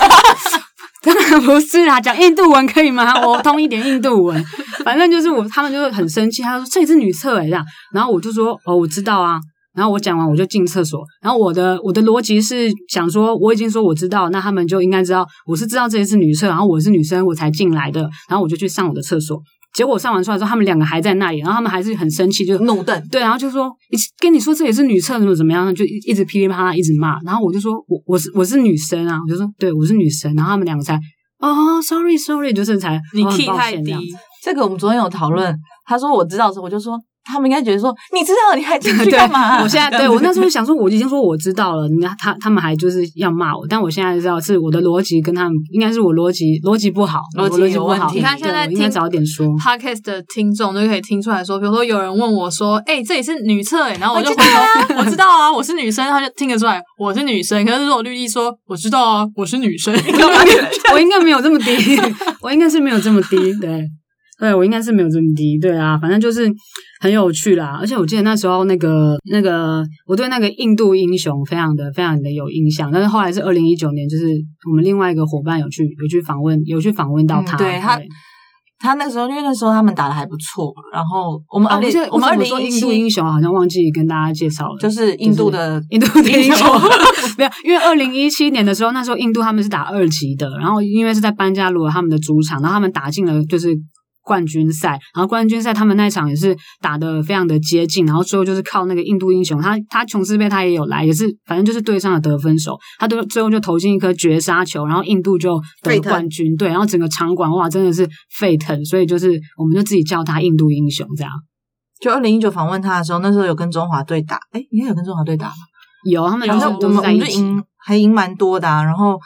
Speaker 1: 当然不是啊，讲印度文可以吗？我通一点印度文，反正就是我，他们就很生气，他说这也是女厕哎、这样，然后我就说哦，我知道啊。然后我讲完我就进厕所，然后我的我的逻辑是想说我已经说我知道，那他们就应该知道我是知道这里是女厕，然后我是女生我才进来的，然后我就去上我的厕所。结果我上完出来之后，他们两个还在那里，然后他们还是很生气，就
Speaker 3: 怒瞪，
Speaker 1: 对，然后就说你跟你说这也是女厕怎么怎么样，就一一直噼里啪啦一直骂。然后我就说我我是我是女生啊，我就说对我是女生。然后他们两个才哦，sorry sorry，就是才
Speaker 2: 你
Speaker 1: 哦很
Speaker 2: key
Speaker 1: 抱
Speaker 2: 太
Speaker 1: 歉这
Speaker 2: 低
Speaker 1: 样。
Speaker 3: 这个我们昨天有讨论，他说我知道的时候，我就说他们应该觉得说你知道你还进去
Speaker 1: [laughs] 对
Speaker 3: 干嘛啊、
Speaker 1: 我现在
Speaker 3: [laughs]
Speaker 1: 对我那时候想说，我已经说我知道了，人家他他们还就是要骂我，但我现在知道是我的逻辑跟他们应该是我逻辑逻辑不好，
Speaker 3: 逻
Speaker 1: 我
Speaker 3: 辑
Speaker 1: 逻辑
Speaker 3: 有
Speaker 1: 不
Speaker 3: 问
Speaker 1: 好。
Speaker 3: 题
Speaker 2: 你看
Speaker 1: 对
Speaker 2: 现在
Speaker 1: 我应该
Speaker 2: 听
Speaker 1: 早点说。
Speaker 2: podcast 的听众就可以听出来说，比如说有人问我说：“哎、这里是女厕哎、然后我就
Speaker 3: 我
Speaker 2: 回
Speaker 3: 知道
Speaker 2: 头， [laughs] 我知道啊，我是女生。”他就听得出来我是女生。可是如果绿地说：“我知道啊，我是女生。
Speaker 3: [laughs]
Speaker 1: 我应该没有这么低，我应该是没有这么低，对，对我应该是没有这么低，对啊，反正就是很有趣啦。而且我记得那时候那个那个，我对那个印度英雄非常的非常的有印象，但是后来是二零一九年，就是我们另外一个伙伴有去有去访问有去访问到
Speaker 3: 嗯
Speaker 1: 他，
Speaker 3: 对他他那时候因为那时候他们打的还不错，然后我们
Speaker 1: 啊，
Speaker 3: 二
Speaker 1: 我们
Speaker 3: 零、
Speaker 1: 现在
Speaker 3: 我们二
Speaker 1: 为什么说
Speaker 3: 零一
Speaker 1: 印度
Speaker 3: 七
Speaker 1: 英雄好像忘记跟大家介绍了，
Speaker 3: 就是印度的
Speaker 1: 印度的英
Speaker 3: 英
Speaker 1: 雄
Speaker 3: 雄
Speaker 1: [laughs] 没有，因为二零一七年的时候，那时候印度他们是打二级的，然后因为是在班加罗他们的主场，然后他们打进了就是冠军赛，然后冠军赛他们那一场也是打得非常的接近，然后最后就是靠那个印度英雄，他他琼斯杯他也有来，也是反正就是对上了得分手，他都最后就投进一颗绝杀球，然后印度就得
Speaker 4: 沸
Speaker 1: 了
Speaker 4: 腾
Speaker 1: 冠军，对，然后整个场馆哇真的是沸腾，所以就是我们就自己叫他印度英雄这样。
Speaker 3: 就二零一九访问他的时候，那时候有跟中华队打，哎，应该有跟中华队打吧？
Speaker 1: 哎有，他们
Speaker 3: 反
Speaker 1: 就
Speaker 3: 正
Speaker 1: 是
Speaker 3: 我
Speaker 1: 都
Speaker 3: 们
Speaker 1: 是
Speaker 3: 我
Speaker 1: 在
Speaker 3: 们
Speaker 1: 一
Speaker 3: 就
Speaker 1: 起。
Speaker 3: 赢，还赢蛮多的、啊。然后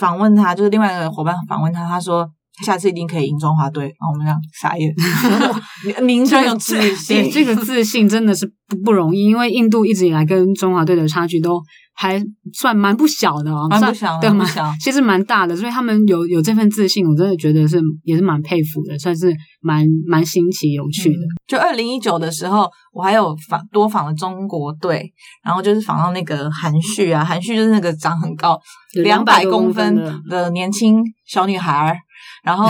Speaker 3: 访问他，就是另外一个伙伴访问他，他说下次一定可以赢中华队。然后我们这样傻眼，
Speaker 1: [laughs]
Speaker 3: 名名称有自
Speaker 1: 对
Speaker 3: 信，
Speaker 1: 这个自信真的是不不容易，因为印度一直以来跟中华队的差距都还算蛮不小的哦，
Speaker 3: 蛮
Speaker 1: 算
Speaker 3: 不小
Speaker 1: 对
Speaker 3: 蛮不
Speaker 1: 蛮
Speaker 3: 小
Speaker 1: 其实蛮大的，所以他们有有这份自信，我真的觉得是也是蛮佩服的，算是蛮蛮新奇有趣的。
Speaker 3: 就二零一九的时候，我还有访多访了中国队，然后就是访到那个韩旭啊，韩旭就是那个长很高
Speaker 1: 有
Speaker 3: 两
Speaker 1: 200
Speaker 3: 百
Speaker 1: 多
Speaker 3: 公
Speaker 1: 公分
Speaker 3: 分
Speaker 1: 的
Speaker 3: 的年轻小女孩儿，
Speaker 1: [laughs]
Speaker 3: 然后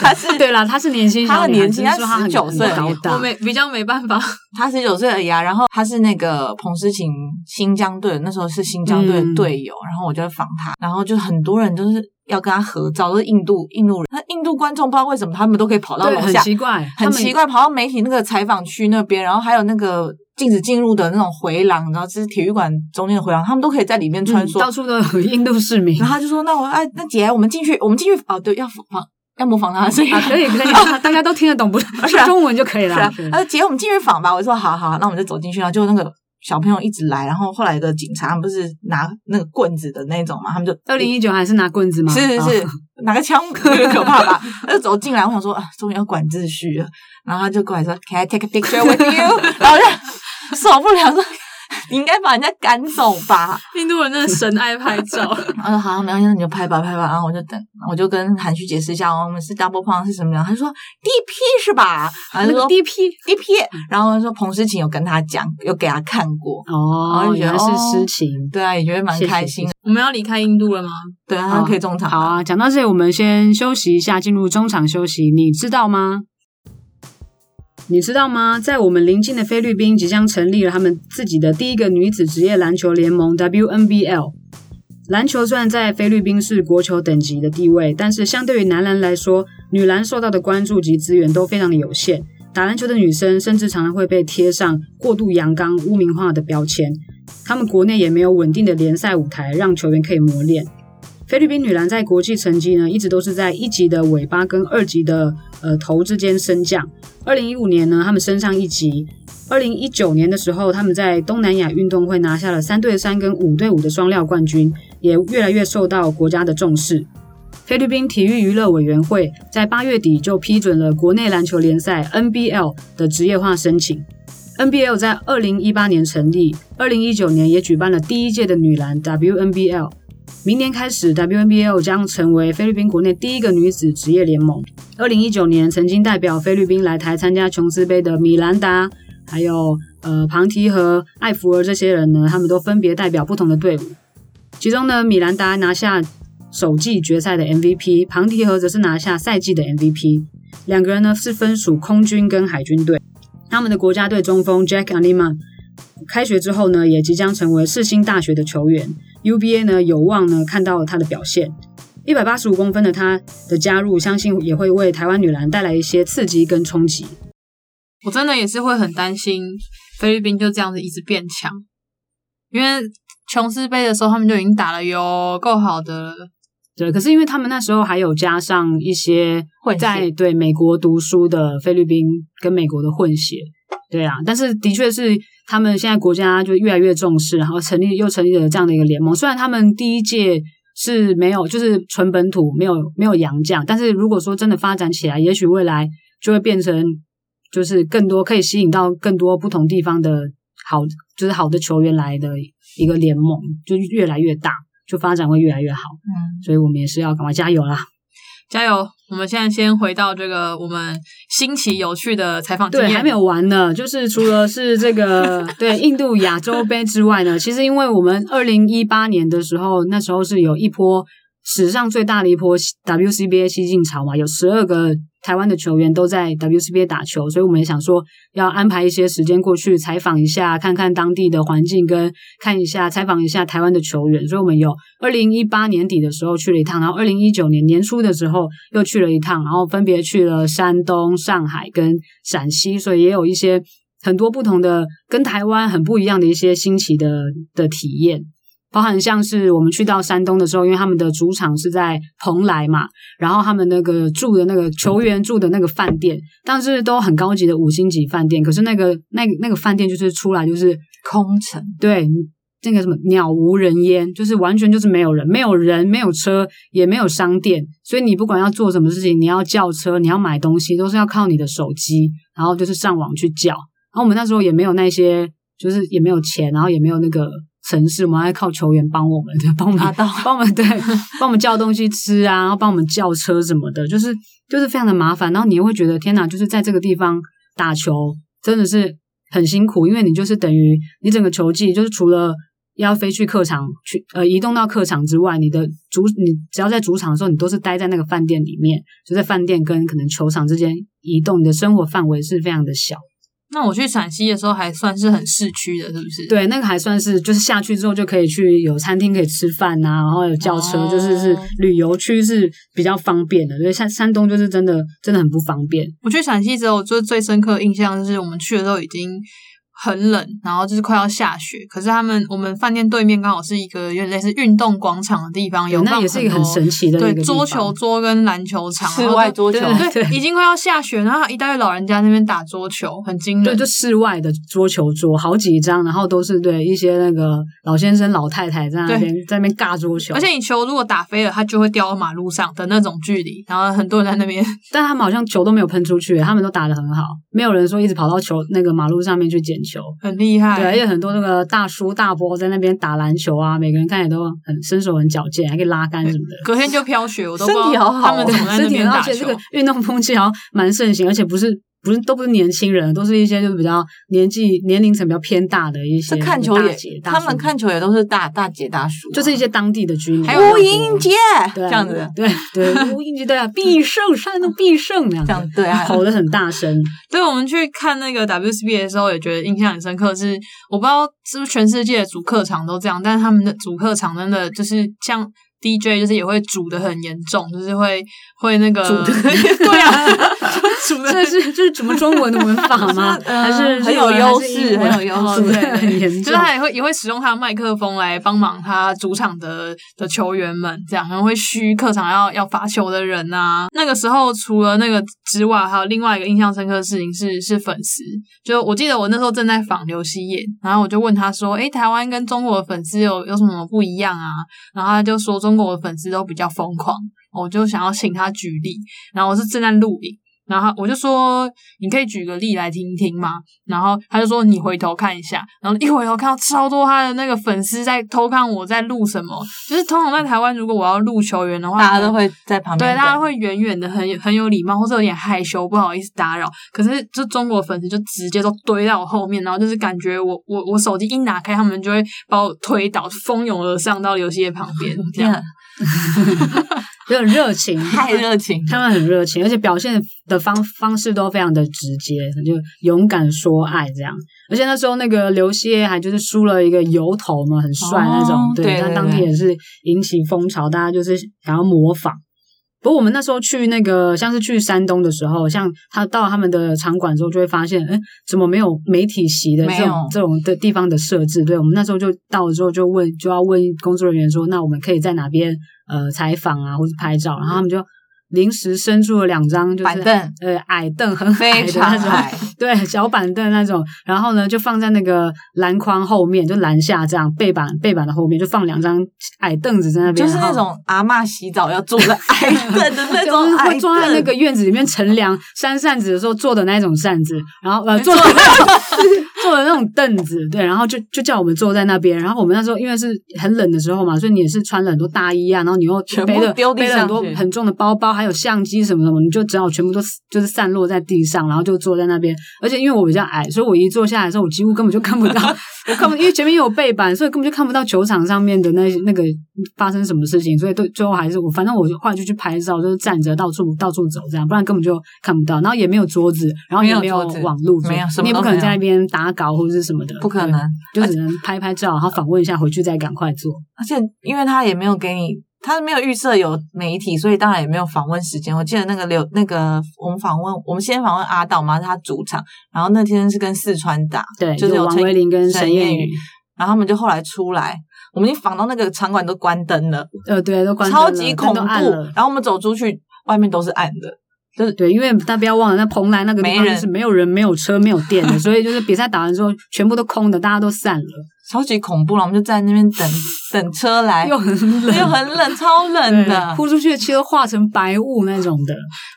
Speaker 3: 她是
Speaker 1: 对啦，她是年轻小女
Speaker 3: 她
Speaker 1: 孩，
Speaker 3: 很年轻，
Speaker 1: 只
Speaker 3: 她
Speaker 1: 是说她
Speaker 3: 十
Speaker 1: 很
Speaker 3: 九岁
Speaker 1: 很，高
Speaker 2: 我
Speaker 1: 大，
Speaker 2: [laughs] 没比较没办法，
Speaker 3: 他十九岁而已啊，然后他是那个彭诗琴新疆队，那时候是新疆队
Speaker 1: 嗯
Speaker 3: 的队友，然后我就访他，然后就很多人都是要跟他合照，都是印度印度人，那印度观众不知道为什么他们都可以跑到
Speaker 1: 对，
Speaker 3: 楼
Speaker 1: 很
Speaker 3: 下，
Speaker 1: 奇怪，他
Speaker 3: 很
Speaker 1: 们
Speaker 3: 奇。怪，跑到媒体那个采访区那边，然后还有那个禁止进入的那种回廊，然后这是体育馆中间的回廊，他们都可以在里面穿
Speaker 1: 嗯
Speaker 3: 梭。
Speaker 1: 到处都有印度市民
Speaker 3: [laughs] 然后他就说：“那我哎，那姐，我们进去，我们进去哦，对，要仿要模仿他的声音，
Speaker 1: 啊，可以可以，
Speaker 3: [laughs]
Speaker 1: 大家都听得懂，不是
Speaker 3: 是啊
Speaker 1: 中文就可以
Speaker 3: 是
Speaker 1: 了。
Speaker 3: 啊
Speaker 1: 对，
Speaker 3: 他说姐，我们进去访吧。我就说好好，那我们就走进去了。就那个小朋友一直来，然后后来有个警察他们不是拿那个棍子的那种嘛，他们就
Speaker 1: 二零一九还是拿棍子吗？
Speaker 3: 是是
Speaker 1: 哦
Speaker 3: 是、拿个枪， [laughs] 很可怕吧？他就走进来，我想说啊，终于要管秩序了。然后他就过来说，Can I take a picture with you？然 [laughs] 后我就 [laughs] 受不了说。你应该把人家赶走吧。
Speaker 2: 印度人真的神爱拍 [laughs] 照。
Speaker 3: 然后说好，没关系，那你就拍吧，拍吧。然后我就等，我就跟韩旭解释一下，哦我们是 double pump 是什么样。他就说 DP 是吧？然后就
Speaker 1: 那个嗯
Speaker 3: 说
Speaker 1: DP
Speaker 3: DP，然后说彭诗琴有跟他讲，有给他看过，然后
Speaker 1: 哦，
Speaker 3: 就觉
Speaker 1: 原来
Speaker 3: 得
Speaker 1: 是
Speaker 3: 哦
Speaker 1: 诗情。
Speaker 3: 对啊，也觉得蛮
Speaker 1: 谢谢
Speaker 3: 开心的。
Speaker 2: 我们要离开印度了吗？
Speaker 3: 对啊，他们可以中场。
Speaker 1: 好啊，讲到这里，我们先休息一下，进入中场休息。你知道吗？你知道吗？在我们邻近的菲律宾即将成立了他们自己的第一个女子职业篮球联盟 WNBL。篮球虽然在菲律宾是国球等级的地位，但是相对于男篮来说，女篮受到的关注及资源都非常的有限。打篮球的女生甚至常常会被贴上过度阳刚、污名化的标签。他们国内也没有稳定的联赛舞台，让球员可以磨练。菲律宾女篮在国际成绩呢，一直都是在一级的尾巴跟二级的呃头之间升降。二零一五年呢，他们升上一级；二零一九年的时候，他们在东南亚运动会拿下了三对三跟五对五的双料冠军，也越来越受到国家的重视。菲律宾体育娱乐委员会在八月底就批准了国内篮球联赛 NBL 的职业化申请。NBL 在二零一八年成立，二零一九年也举办了第一届的女篮 WNBL。明年开始，WNBL 将成为菲律宾国内第一个女子职业联盟。二零一九年，曾经代表菲律宾来台参加琼斯杯的米兰达，还有呃庞提和艾弗尔这些人呢，他们都分别代表不同的队伍。其中呢，米兰达拿下首季决赛的 MVP，庞提和则是拿下赛季的 MVP。两个人呢是分属空军跟海军队。他们的国家队中锋 Jack Anima 开学之后呢，也即将成为世新大学的球员。UBA 呢有望呢看到他的表现。一百八十五公分的他的加入，相信也会为台湾女篮带来一些刺激跟冲击。
Speaker 2: 我真的也是会很担心菲律宾就这样子一直变强，因为琼斯杯的时候他们就已经打了有够好的了，
Speaker 1: 对，可是因为他们那时候还有加上一些
Speaker 3: 混血
Speaker 1: 在对美国读书的菲律宾跟美国的混血，对啊，但是的确是他们现在国家就越来越重视，然后成立又成立了这样的一个联盟。虽然他们第一届是没有就是纯本土没有没有洋将，但是如果说真的发展起来，也许未来就会变成就是更多可以吸引到更多不同地方的好就是好的球员来的一个联盟，就越来越大，就发展会越来越好。
Speaker 3: 嗯，
Speaker 1: 所以我们也是要赶快加油啦！
Speaker 2: 加油！我们现在先回到这个我们新奇有趣的采访经
Speaker 1: 对，
Speaker 2: 验，
Speaker 1: 还没有完呢，就是除了是这个对印度亚洲杯之外呢，其实因为我们二零一八年的时候，那时候是有一波史上最大的一波 WCBA 西进潮嘛，有十二个台湾的球员都在 WCBA 打球，所以我们也想说要安排一些时间过去采访一下，看看当地的环境，跟看一下采访一下台湾的球员。所以我们有二零一八年底的时候去了一趟，然后二零一九年年初的时候又去了一趟，然后分别去了山东、上海跟陕西，所以也有一些很多不同的跟台湾很不一样的一些新奇的的体验。包含像是我们去到山东的时候，因为他们的主场是在蓬莱嘛，然后他们那个住的那个球员住的那个饭店，但是都很高级的五星级饭店，可是那个那那个饭店就是出来就是
Speaker 3: 空城，
Speaker 1: [laughs] 对那个什么鸟无人烟，就是完全就是没有人，没有人，没有车，也没有商店，所以你不管要做什么事情，你要叫车，你要买东西，都是要靠你的手机，然后就是上网去叫。然后我们那时候也没有那些，就是也没有钱，然后也没有那个城市，我们还靠球员帮我们，帮我们
Speaker 3: 拿啊到
Speaker 1: 帮我们对，帮我们叫东西吃啊，然后帮我们叫车什么的，就是就是非常的麻烦。然后你又会觉得天哪，就是在这个地方打球真的是很辛苦，因为你就是等于你整个球季就是除了要飞去客场去呃移动到客场之外，你的主你只要在主场的时候，你都是待在那个饭店里面，就在饭店跟可能球场之间移动，你的生活范围是非常的小。
Speaker 2: 那我去陕西的时候还算是很市区的，是不是？，
Speaker 1: 对，那个还算是就是下去之后就可以去有餐厅可以吃饭呐、然后有轿车，
Speaker 2: 哦
Speaker 1: 就是是旅游区是比较方便的。所以山山东就是真的真的很不方便。
Speaker 2: 我去陕西之后，就是最深刻的印象就是我们去的时候已经很冷，然后就是快要下雪，可是他们我们饭店对面刚好是一个有点类似运动广场的地方，有
Speaker 1: 那
Speaker 2: 放
Speaker 1: 也是一个很
Speaker 2: 多
Speaker 1: 神奇的一
Speaker 2: 对
Speaker 1: 个地
Speaker 2: 桌
Speaker 1: 方
Speaker 2: 球桌跟篮球场，
Speaker 3: 室
Speaker 2: 然后
Speaker 3: 外
Speaker 2: 就
Speaker 3: 桌球
Speaker 1: 对
Speaker 2: 对，已经快要下雪，然后一大堆老人家在那边打桌球，很惊人。
Speaker 1: 对，就室外的桌球桌好几张，然后都是对一些那个老先生老太太在那
Speaker 2: 对
Speaker 1: 边在那边尬桌球，
Speaker 2: 而且你球如果打飞了，它就会掉到马路上的那种距离，然后很多人在那边。
Speaker 1: 但他们好像球都没有喷出去，他们都打得很好，没有人说一直跑到球那个马路上面去捡球。
Speaker 2: 很厉害，
Speaker 1: 对，而且很多那个大叔大伯在那边打篮球啊，每个人看起来都很身手很矫健，还可以拉杆什么的。
Speaker 2: 隔天就飘雪，我都不
Speaker 3: 身
Speaker 2: 知
Speaker 3: 体
Speaker 2: 道
Speaker 3: 好好
Speaker 2: 他们
Speaker 3: 哦
Speaker 2: 怎么在那
Speaker 1: 身体
Speaker 2: 边
Speaker 1: 很好，
Speaker 2: 打
Speaker 1: 而且这
Speaker 2: 球
Speaker 1: 个。运动风气好像蛮盛行，而且不是不是都不是年轻人，都是一些就是比较年纪年龄层比较偏大的一些
Speaker 3: 这看
Speaker 1: 那
Speaker 3: 球
Speaker 1: 个大
Speaker 3: 也
Speaker 1: 姐，大
Speaker 3: 他
Speaker 1: 叔
Speaker 3: 们看球也都是大大姐大叔啊，
Speaker 1: 就是一些当地的居民，
Speaker 2: 还有
Speaker 3: 吴英杰
Speaker 1: 对啊
Speaker 3: 这样子，
Speaker 1: 对对吴英杰对啊，必胜山东必胜那样
Speaker 3: 这样对啊，
Speaker 1: [laughs] 吼得很大
Speaker 3: [laughs]
Speaker 1: 声，
Speaker 2: 对，我们去看那个 WCB 的时候，也觉得印象很深刻是。我不知道是不是全世界的主客场都这样，但是他们的主客场真的就是像 DJ，就是也会煮的很严重，就是会会那个
Speaker 1: 煮得
Speaker 2: 对啊，就煮的
Speaker 1: 这是这是什么中文的文法
Speaker 3: [laughs]
Speaker 1: 吗？还是
Speaker 3: 嗯很有
Speaker 1: 日文
Speaker 3: 优
Speaker 1: 还是英
Speaker 3: 势
Speaker 1: 文
Speaker 3: 很有优
Speaker 2: 哦
Speaker 3: 势
Speaker 1: 对
Speaker 2: 对，
Speaker 1: 很严重
Speaker 2: 就是。他也会也会使用他的麦克风来帮忙他主场的的球员们，这样然后会嘘客场要要罚球的人啊。那个时候除了那个之外，还有另外一个印象深刻的事情是是粉丝，就我记得我那时候正在访刘希燕，然后我就问他说：“诶，台湾跟中国的粉丝有有什么不一样啊？”然后他就说中国的粉丝都比较疯狂，我就想要请他举例。然后我是正在录影。然后他我就说，你可以举个例来听听吗？然后他就说你回头看一下，然后一回头看到超多他的那个粉丝在偷看我在录什么，就是通常在台湾，如果我要录球员的话，
Speaker 3: 大家都会在旁边
Speaker 2: 对，
Speaker 3: 等，
Speaker 2: 大家会远远的很有很有礼貌，或者有点害羞，不好意思打扰。可是就中国粉丝就直接都堆到我后面，然后就是感觉我我我手机一拿开，他们就会把我推倒，蜂拥而上到游戏的旁边，这
Speaker 3: 天
Speaker 2: 样
Speaker 3: 啊
Speaker 1: 有点热情，
Speaker 3: 太热情，
Speaker 1: 他们很热情，而且表现的方方式都非常的直接，就勇敢说爱这样。而且那时候那个刘燮还就是梳了一个油头嘛，很帅
Speaker 3: 哦
Speaker 1: 那种，
Speaker 3: 对
Speaker 1: 对，
Speaker 3: 对
Speaker 1: 但当地
Speaker 3: 对
Speaker 1: 也是引起风潮，大家就是想要模仿。不过我们那时候去那个，像是去山东的时候，像他到他们的场馆之后，就会发现，哎，怎么没有媒体席的
Speaker 3: 没
Speaker 1: 这
Speaker 3: 有
Speaker 1: 种这种的地方的设置？对我们那时候就到了之后，就问就要问工作人员说，那我们可以在哪边呃采访啊，或者拍照？然后他们就临时伸出了两张 [laughs] 就是
Speaker 3: 板
Speaker 1: [laughs]
Speaker 3: 凳
Speaker 1: 呃矮凳很矮
Speaker 3: 非
Speaker 1: 的
Speaker 3: 常
Speaker 1: 那种
Speaker 3: 矮，
Speaker 1: [laughs] 对，小板凳那种，然后呢就放在那个篮筐后面，就篮下这样背板背板的后面就放两张矮凳子在那边，
Speaker 3: 就是
Speaker 1: 然
Speaker 3: 那
Speaker 1: 后
Speaker 3: 种阿嬷洗澡要坐
Speaker 1: [laughs]
Speaker 3: 的矮凳的那
Speaker 1: 就是
Speaker 3: 种矮
Speaker 1: 会坐在那
Speaker 3: 凳
Speaker 1: 个，院子里面乘凉、扇扇子的时候坐的那种扇子，然后
Speaker 3: 哎
Speaker 1: 呃坐的那种 [laughs] 坐的那种凳子，对，然后就就叫我们坐在那边。然后我们那时候因为是很冷的时候嘛，所以你也是穿了很多大衣啊，然后你又
Speaker 3: 全部
Speaker 1: 背了
Speaker 3: 丢地
Speaker 1: 背了很多
Speaker 3: 上去
Speaker 1: 很重的包包，还有相机什么什么，你就只好全部都就是散
Speaker 3: [laughs]
Speaker 1: 落在地上，然后就坐在那边。而且因为我比较矮，所以我一坐下来的时候，我几乎根本就看不到我看不，因为前面有背板，所以根本就看不到球场上面的那那个发生什么事情，所以对最后还是我，反正我就后来就去拍照，就是站着到处到处走这样，不然根本就看不到。然后也没有桌子，然后也
Speaker 3: 没
Speaker 1: 没
Speaker 3: 有
Speaker 1: 有
Speaker 3: 桌子
Speaker 1: 网络，
Speaker 3: 没有什么
Speaker 1: 你也
Speaker 3: 都
Speaker 1: 不可能
Speaker 3: 没有
Speaker 1: 在那边打稿或者是什么的，
Speaker 3: 不可
Speaker 1: 对
Speaker 3: 能。，
Speaker 1: 就只能拍拍照，然后访问一下，回去再赶快做。
Speaker 3: 而且因为他也没有给你，他没有预设有媒体，所以当然也没有访问时间。我记得那个刘那个我们访问，我们先访问阿道嘛，是他主场，然后那天是跟四川打，
Speaker 1: 对，
Speaker 3: 就是有
Speaker 1: 王
Speaker 3: 陈
Speaker 1: 维林跟
Speaker 3: 陈
Speaker 1: 沈
Speaker 3: 燕
Speaker 1: 燕
Speaker 3: 宇，然后他们就后来出来。我们已经访到那个场馆都关灯了，
Speaker 1: 呃，对，都关灯了
Speaker 3: 超级恐
Speaker 1: 灯都
Speaker 3: 怖
Speaker 1: 暗了。。
Speaker 3: 然后我们走出去，外面都是暗的，
Speaker 1: 对，因为大家不要忘了，那蓬莱那个地方
Speaker 3: 没人
Speaker 1: 就是没有人、没有车、没有电
Speaker 2: [laughs]
Speaker 1: 的，所以就是比赛打完之后，全部都空的，大家都散了，
Speaker 3: 超级恐怖了。我们就站在那边等 [laughs] 等车
Speaker 2: 哎
Speaker 3: 来，
Speaker 1: 又很冷，
Speaker 3: 又很冷，超冷的
Speaker 1: 对。扑出去的气都化成白雾那种的。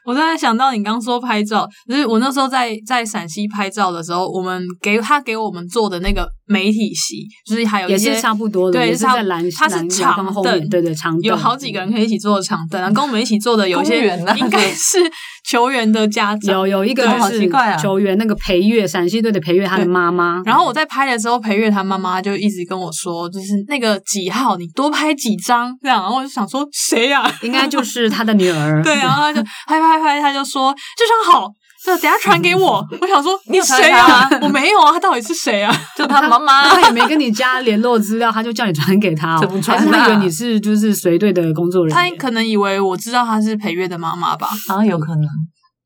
Speaker 2: 我突然想到你刚说拍照，就是我那时候在在陕西拍照的时候，我们给他给我们做的那个媒体席，就是还有一
Speaker 1: 也
Speaker 2: 些
Speaker 1: 是差不多的，
Speaker 2: 对
Speaker 1: 也是
Speaker 2: 差
Speaker 1: 在蓝
Speaker 2: 它是
Speaker 1: 蓝
Speaker 2: 长
Speaker 1: 阳光后面，
Speaker 2: 凳
Speaker 1: 对对，长凳
Speaker 2: 有好几个人可以一起坐的长凳，然后跟我们一起坐的有
Speaker 3: [laughs]
Speaker 2: 一
Speaker 3: 公
Speaker 2: 些
Speaker 3: 园啊
Speaker 2: 应该是 [laughs] 球员的家长。
Speaker 1: 有有一个
Speaker 2: 对
Speaker 3: 好
Speaker 1: 是
Speaker 3: 奇怪啊
Speaker 1: 球员那个裴月，陕西队的裴月，他的
Speaker 2: 对
Speaker 1: 妈妈，
Speaker 2: 然后我在拍的时候，裴月他妈妈就一直跟我说，就是那个几号，你多拍几张这样。然后我就想说，谁呀、 [laughs]
Speaker 1: 应该就是他的女儿，
Speaker 2: 对，然后他就拍拍拍，他就说这张好，这等下传给我。 [laughs] 我想说
Speaker 3: 你有传
Speaker 2: 谁
Speaker 3: 给
Speaker 2: 啊
Speaker 3: 他？
Speaker 2: 我没有啊，他到底是谁啊？
Speaker 3: 就他妈妈
Speaker 1: 他也没跟你加联络资料，他就叫你传给他哦，
Speaker 3: 怎么传
Speaker 1: 还是他
Speaker 3: 啊
Speaker 1: 以为你是就是随队的工作人
Speaker 2: 他
Speaker 1: 员？
Speaker 2: 可能以为我知道他是裴月的妈妈
Speaker 1: [laughs]
Speaker 2: 吧？
Speaker 3: 好像啊有可能，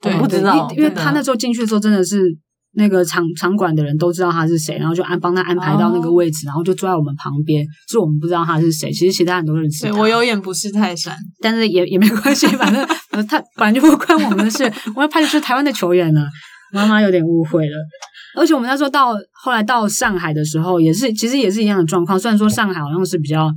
Speaker 2: 对
Speaker 3: 我不知道啊
Speaker 1: 因，因为
Speaker 3: 真的
Speaker 1: 他那时候进去的时候真的是。那个场场馆的人都知道他是谁，然后就安帮他安排到那
Speaker 3: 哦
Speaker 1: 个位置，然后就坐在我们旁边，是我们不知道他是谁。其实其他人都认识
Speaker 2: 对
Speaker 1: 他。
Speaker 2: 我有眼不识泰山，
Speaker 1: 但是也也没关
Speaker 3: [laughs]
Speaker 1: 系，反正呃他本来就不关我们的事。我要拍的是台湾的球员呢，啊妈妈有点误会了。而且我们那时候到后来到上海的时候，也是其实也是一样的状况。虽然说上海好像是比较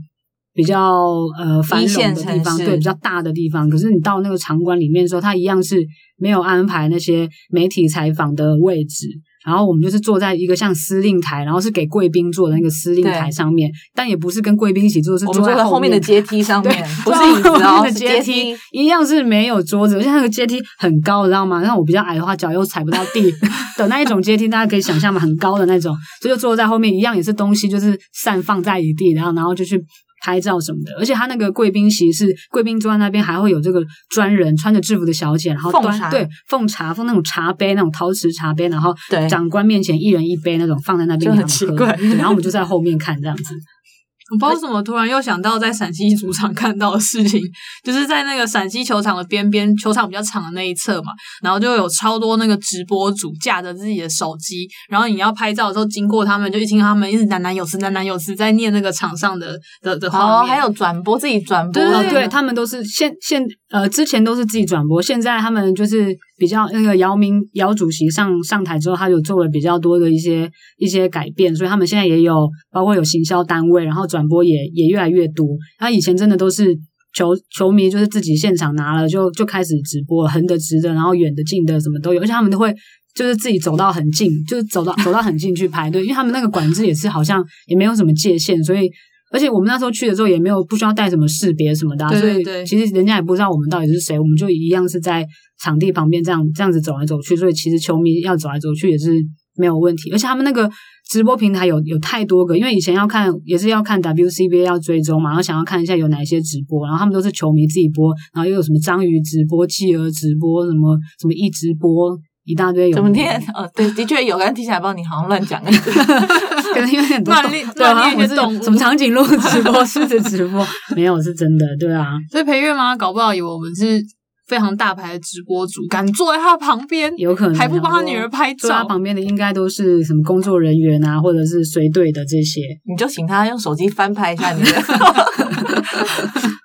Speaker 1: 比较呃繁
Speaker 3: 一
Speaker 1: 荣
Speaker 3: 线
Speaker 1: 的地方，
Speaker 3: 城市
Speaker 1: 对比较大的地方，可是你到那个场馆里面的时候，它一样是没有安排那些媒体采访的位置。然后我们就是坐在一个像司令台，然后是给贵宾坐的那个司令
Speaker 3: 对
Speaker 1: 台上面，但也不是跟贵宾一起坐，是
Speaker 3: 我
Speaker 1: 坐
Speaker 3: 们坐在后面的阶梯上面，不是椅子
Speaker 1: 对后面
Speaker 3: 哦，
Speaker 1: 的
Speaker 3: 是
Speaker 1: 阶
Speaker 3: 阶
Speaker 1: 梯
Speaker 3: 梯。
Speaker 1: 一样是没有桌子，而且那个阶梯很高，知道吗？让我比较矮的话，脚又踩不到
Speaker 3: [laughs]
Speaker 1: 地的那一种阶梯，大家可以想象嘛，很高的那种，所以就坐在后面，一样也是东西就是散放在一地，然后然后就去。拍照什么的，而且他那个贵宾席是贵宾坐在那边，还会有这个专人穿着制服的小姐，然后
Speaker 3: 奉
Speaker 1: 端
Speaker 3: 茶
Speaker 1: 对奉茶奉那种茶杯，那种陶瓷茶杯，然后
Speaker 3: 对
Speaker 1: 长官面前一人一杯那种放在那边给
Speaker 3: 就很
Speaker 1: 他们
Speaker 3: 奇
Speaker 1: 喝
Speaker 3: 怪
Speaker 1: 对然后我们就在后面看这样子。
Speaker 2: 我不知道为什么突然又想到在陕西主场看到的事情， [laughs] 就是在那个陕西球场的边边，球场比较长的那一侧嘛，然后就有超多那个直播主架着自己的手机，然后你要拍照的时候经过他们，就一听他们一直喃喃有词、喃喃有词在念那个场上的的的画面。
Speaker 3: 哦，还有转播自己转播，嗯
Speaker 1: 对对哦对，
Speaker 3: 对
Speaker 1: 他们都是现现呃之前都是自己转播，现在他们就是比较那个姚明姚主席上上台之后，他有做了比较多的一些一些改变，所以他们现在也有包括有行销单位，然后转播也也越来越多。他以前真的都是。球球迷就是自己现场拿了就就开始直播，横的直的，然后远的近的什么都有，而且他们都会就是自己走到很近，就是走到走到很近去排队，因为他们那个管制也是好像也没有什么界限，所以而且我们那时候去的时候也没有不需要带什么识别什么的啊、
Speaker 2: 对对
Speaker 1: 所以
Speaker 2: 对
Speaker 1: 其实人家也不知道我们到底是谁，我们就一样是在场地旁边这样这样子走来走去，所以其实球迷要走来走去也是没有问题，而且他们那个。直播平台有有太多个，因为以前要看也是要看 WCBA 要追踪嘛，然后想要看一下有哪一些直播，然后他们都是球迷自己播，然后又有什么章鱼直播、企鹅直播、什么什么一直播，一大堆有的
Speaker 3: 怎么念？哦，对，的确有，刚听起来不知道你好像乱讲。 [laughs]
Speaker 1: 可能因为很多
Speaker 2: 乱
Speaker 1: 动
Speaker 2: 列
Speaker 1: 对，
Speaker 2: 乱
Speaker 1: 好
Speaker 2: 列
Speaker 1: 像我
Speaker 2: 一些
Speaker 1: 是
Speaker 2: 动物
Speaker 1: 什么长颈鹿直播、狮子直播，没有是真的，对啊，
Speaker 2: 所以裴月妈搞不好以为我们是非常大牌的直播主，敢坐在他旁边， [laughs]
Speaker 1: 有可能
Speaker 2: 还不帮他
Speaker 1: 然后
Speaker 2: 女儿拍
Speaker 1: 坐他
Speaker 2: 照。
Speaker 1: 旁边的应该都是什么工作人员啊，或者是随队的这些，
Speaker 3: 你就请他用手机翻拍一下你的，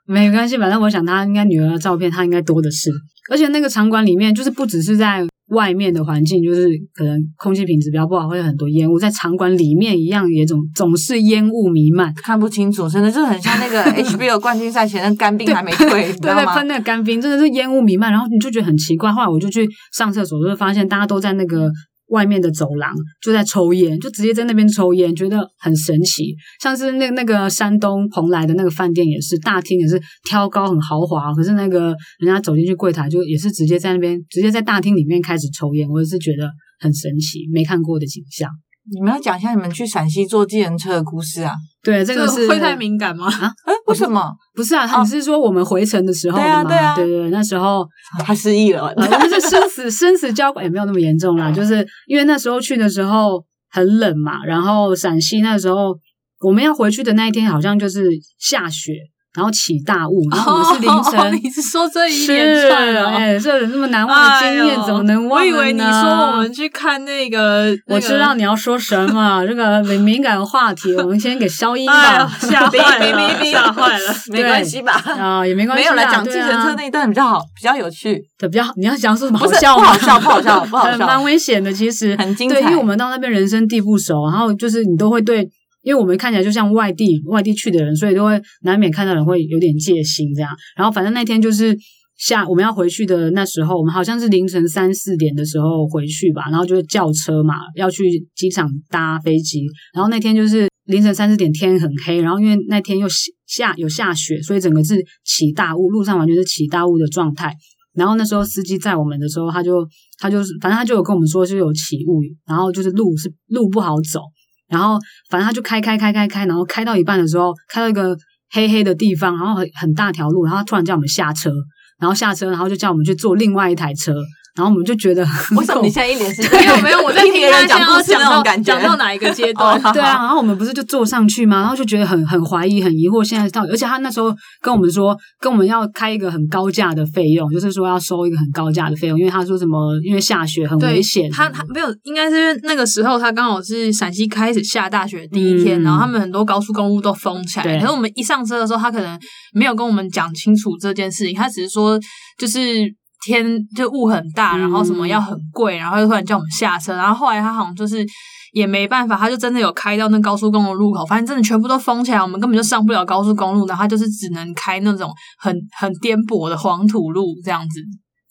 Speaker 1: 没关系，反正我想他应该女儿的照片，他应该多的是。而且那个场馆里面，就是不只是在外面的环境，就是可能空气品质比较不好，会有很多烟雾，在场馆里面一样也总总是烟雾弥漫。
Speaker 3: 看不清楚，真的就很像那个 HBO 冠军赛前那干病还没退，你知
Speaker 1: 对
Speaker 3: 道
Speaker 1: 对，
Speaker 3: 吗
Speaker 1: 喷？那个干冰真的是烟雾弥漫，然后你就觉得很奇怪。后来我就去上厕所，就会发现大家都在那个外面的走廊就在抽烟，就直接在那边抽烟，觉得很神奇。像是那那个山东蓬莱的那个饭店也是，大厅也是挑高很豪华，可是那个人家走进去柜台就也是直接在那边直接在大厅里面开始抽烟，我也是觉得很神奇，没看过的景象。
Speaker 3: 你们要讲一下你们去陕西坐计程车的故事啊？
Speaker 1: 对，这个是
Speaker 2: 会太敏感吗？
Speaker 3: 哎，为什么？
Speaker 1: 不是啊，
Speaker 3: 哦
Speaker 1: 你是说我们回程的时候的吗？
Speaker 3: 对啊对啊
Speaker 1: 对对对那时候
Speaker 3: 他失忆了。
Speaker 1: 呃 [laughs] 我们是生死生死交关也没有那么严重啦，就是因为那时候去的时候很冷嘛，然后陕西那时候我们要回去的那一天好像就是下雪，然后起大雾，然后我们是凌晨。
Speaker 2: 哦你是说这一
Speaker 1: 是，
Speaker 2: 连串哦？
Speaker 1: 哎、这那么难忘的经验
Speaker 2: 哎呦
Speaker 1: 怎么能忘
Speaker 2: 我
Speaker 1: 呢？
Speaker 2: 以为你说我们去看那个，
Speaker 1: 我知道你要说什么，这个敏敏感话题，我们先给消音
Speaker 2: 哎呦
Speaker 1: 吧。
Speaker 2: 吓坏了吓坏了
Speaker 3: 没关系吧？
Speaker 1: 啊、也没关
Speaker 3: 没
Speaker 1: 系
Speaker 3: 有
Speaker 1: 啦，
Speaker 3: 来讲计
Speaker 1: 对
Speaker 3: 程
Speaker 1: 啊
Speaker 3: 车那一段比较好，比较有趣。
Speaker 1: 对，比较你要讲说什么
Speaker 3: 不
Speaker 1: 好
Speaker 3: 是
Speaker 1: 笑
Speaker 3: 不
Speaker 1: 吗？
Speaker 3: 好笑不
Speaker 1: [laughs]
Speaker 3: 好笑不好
Speaker 1: 呃
Speaker 3: 笑
Speaker 1: 蛮危险的，其实
Speaker 3: 很精
Speaker 1: 对，因
Speaker 3: 彩
Speaker 1: 为我们到那边人生地不熟，然后就是你都会对，因为我们看起来就像外地外地去的人，所以都会难免看到人会有点戒心这样。然后反正那天就是下我们要回去的那时候，我们好像是凌晨三四点的时候回去吧，然后就叫车嘛，要去机场搭飞机。然后那天就是凌晨三四点，天很黑，然后因为那天又下下有下雪，所以整个是起大雾，路上完全是起大雾的状态。然后那时候司机载我们的时候，他就他就是反正他就有跟我们说，就有起雾，然后就是路是路不好走，然后反正他就开开开开开，然后开到一半的时候，开到一个黑黑的地方，然后很很大条路，然后他突然叫我们下车，然后下车，然后就叫我们去坐另外一台车，然后我们就觉得 [laughs] 很
Speaker 3: 为什么你
Speaker 1: 恐
Speaker 3: 现在一脸是
Speaker 2: [laughs] 没有没有，我在
Speaker 3: 听
Speaker 2: 听
Speaker 3: 别人
Speaker 2: 他
Speaker 3: 讲
Speaker 2: 想
Speaker 3: 故
Speaker 2: 要
Speaker 3: 事
Speaker 2: 讲
Speaker 3: 那
Speaker 2: 到
Speaker 3: 种感觉？
Speaker 2: 讲到哪一个阶段？
Speaker 1: [laughs]
Speaker 3: 哦
Speaker 1: 对
Speaker 2: [laughs]
Speaker 1: 啊，然后我们不是就坐上去嘛，然后就觉得很很怀疑、很疑惑，现在到底，而且他那时候跟我们说，跟我们要开一个很高价的费用，就是说要收一个很高价的费用，因为他说什么，因为下雪很危险，
Speaker 2: 他他没有，应该是因为那个时候他刚好是陕西开始下大雪的第一天，
Speaker 1: 嗯
Speaker 2: 然后他们很多高速公路都封起来。
Speaker 1: 对
Speaker 2: 可是我们一上车的时候，他可能没有跟我们讲清楚这件事情，他只是说就是天就雾很大，
Speaker 1: 嗯
Speaker 2: 然后什么要很贵，然后就突然叫我们下车，然后后来他好像就是。也没办法，他就真的有开到那高速公路入口，发现真的全部都封起来，我们根本就上不了高速公路，然后他就是只能开那种很很颠簸的黄土路这样子。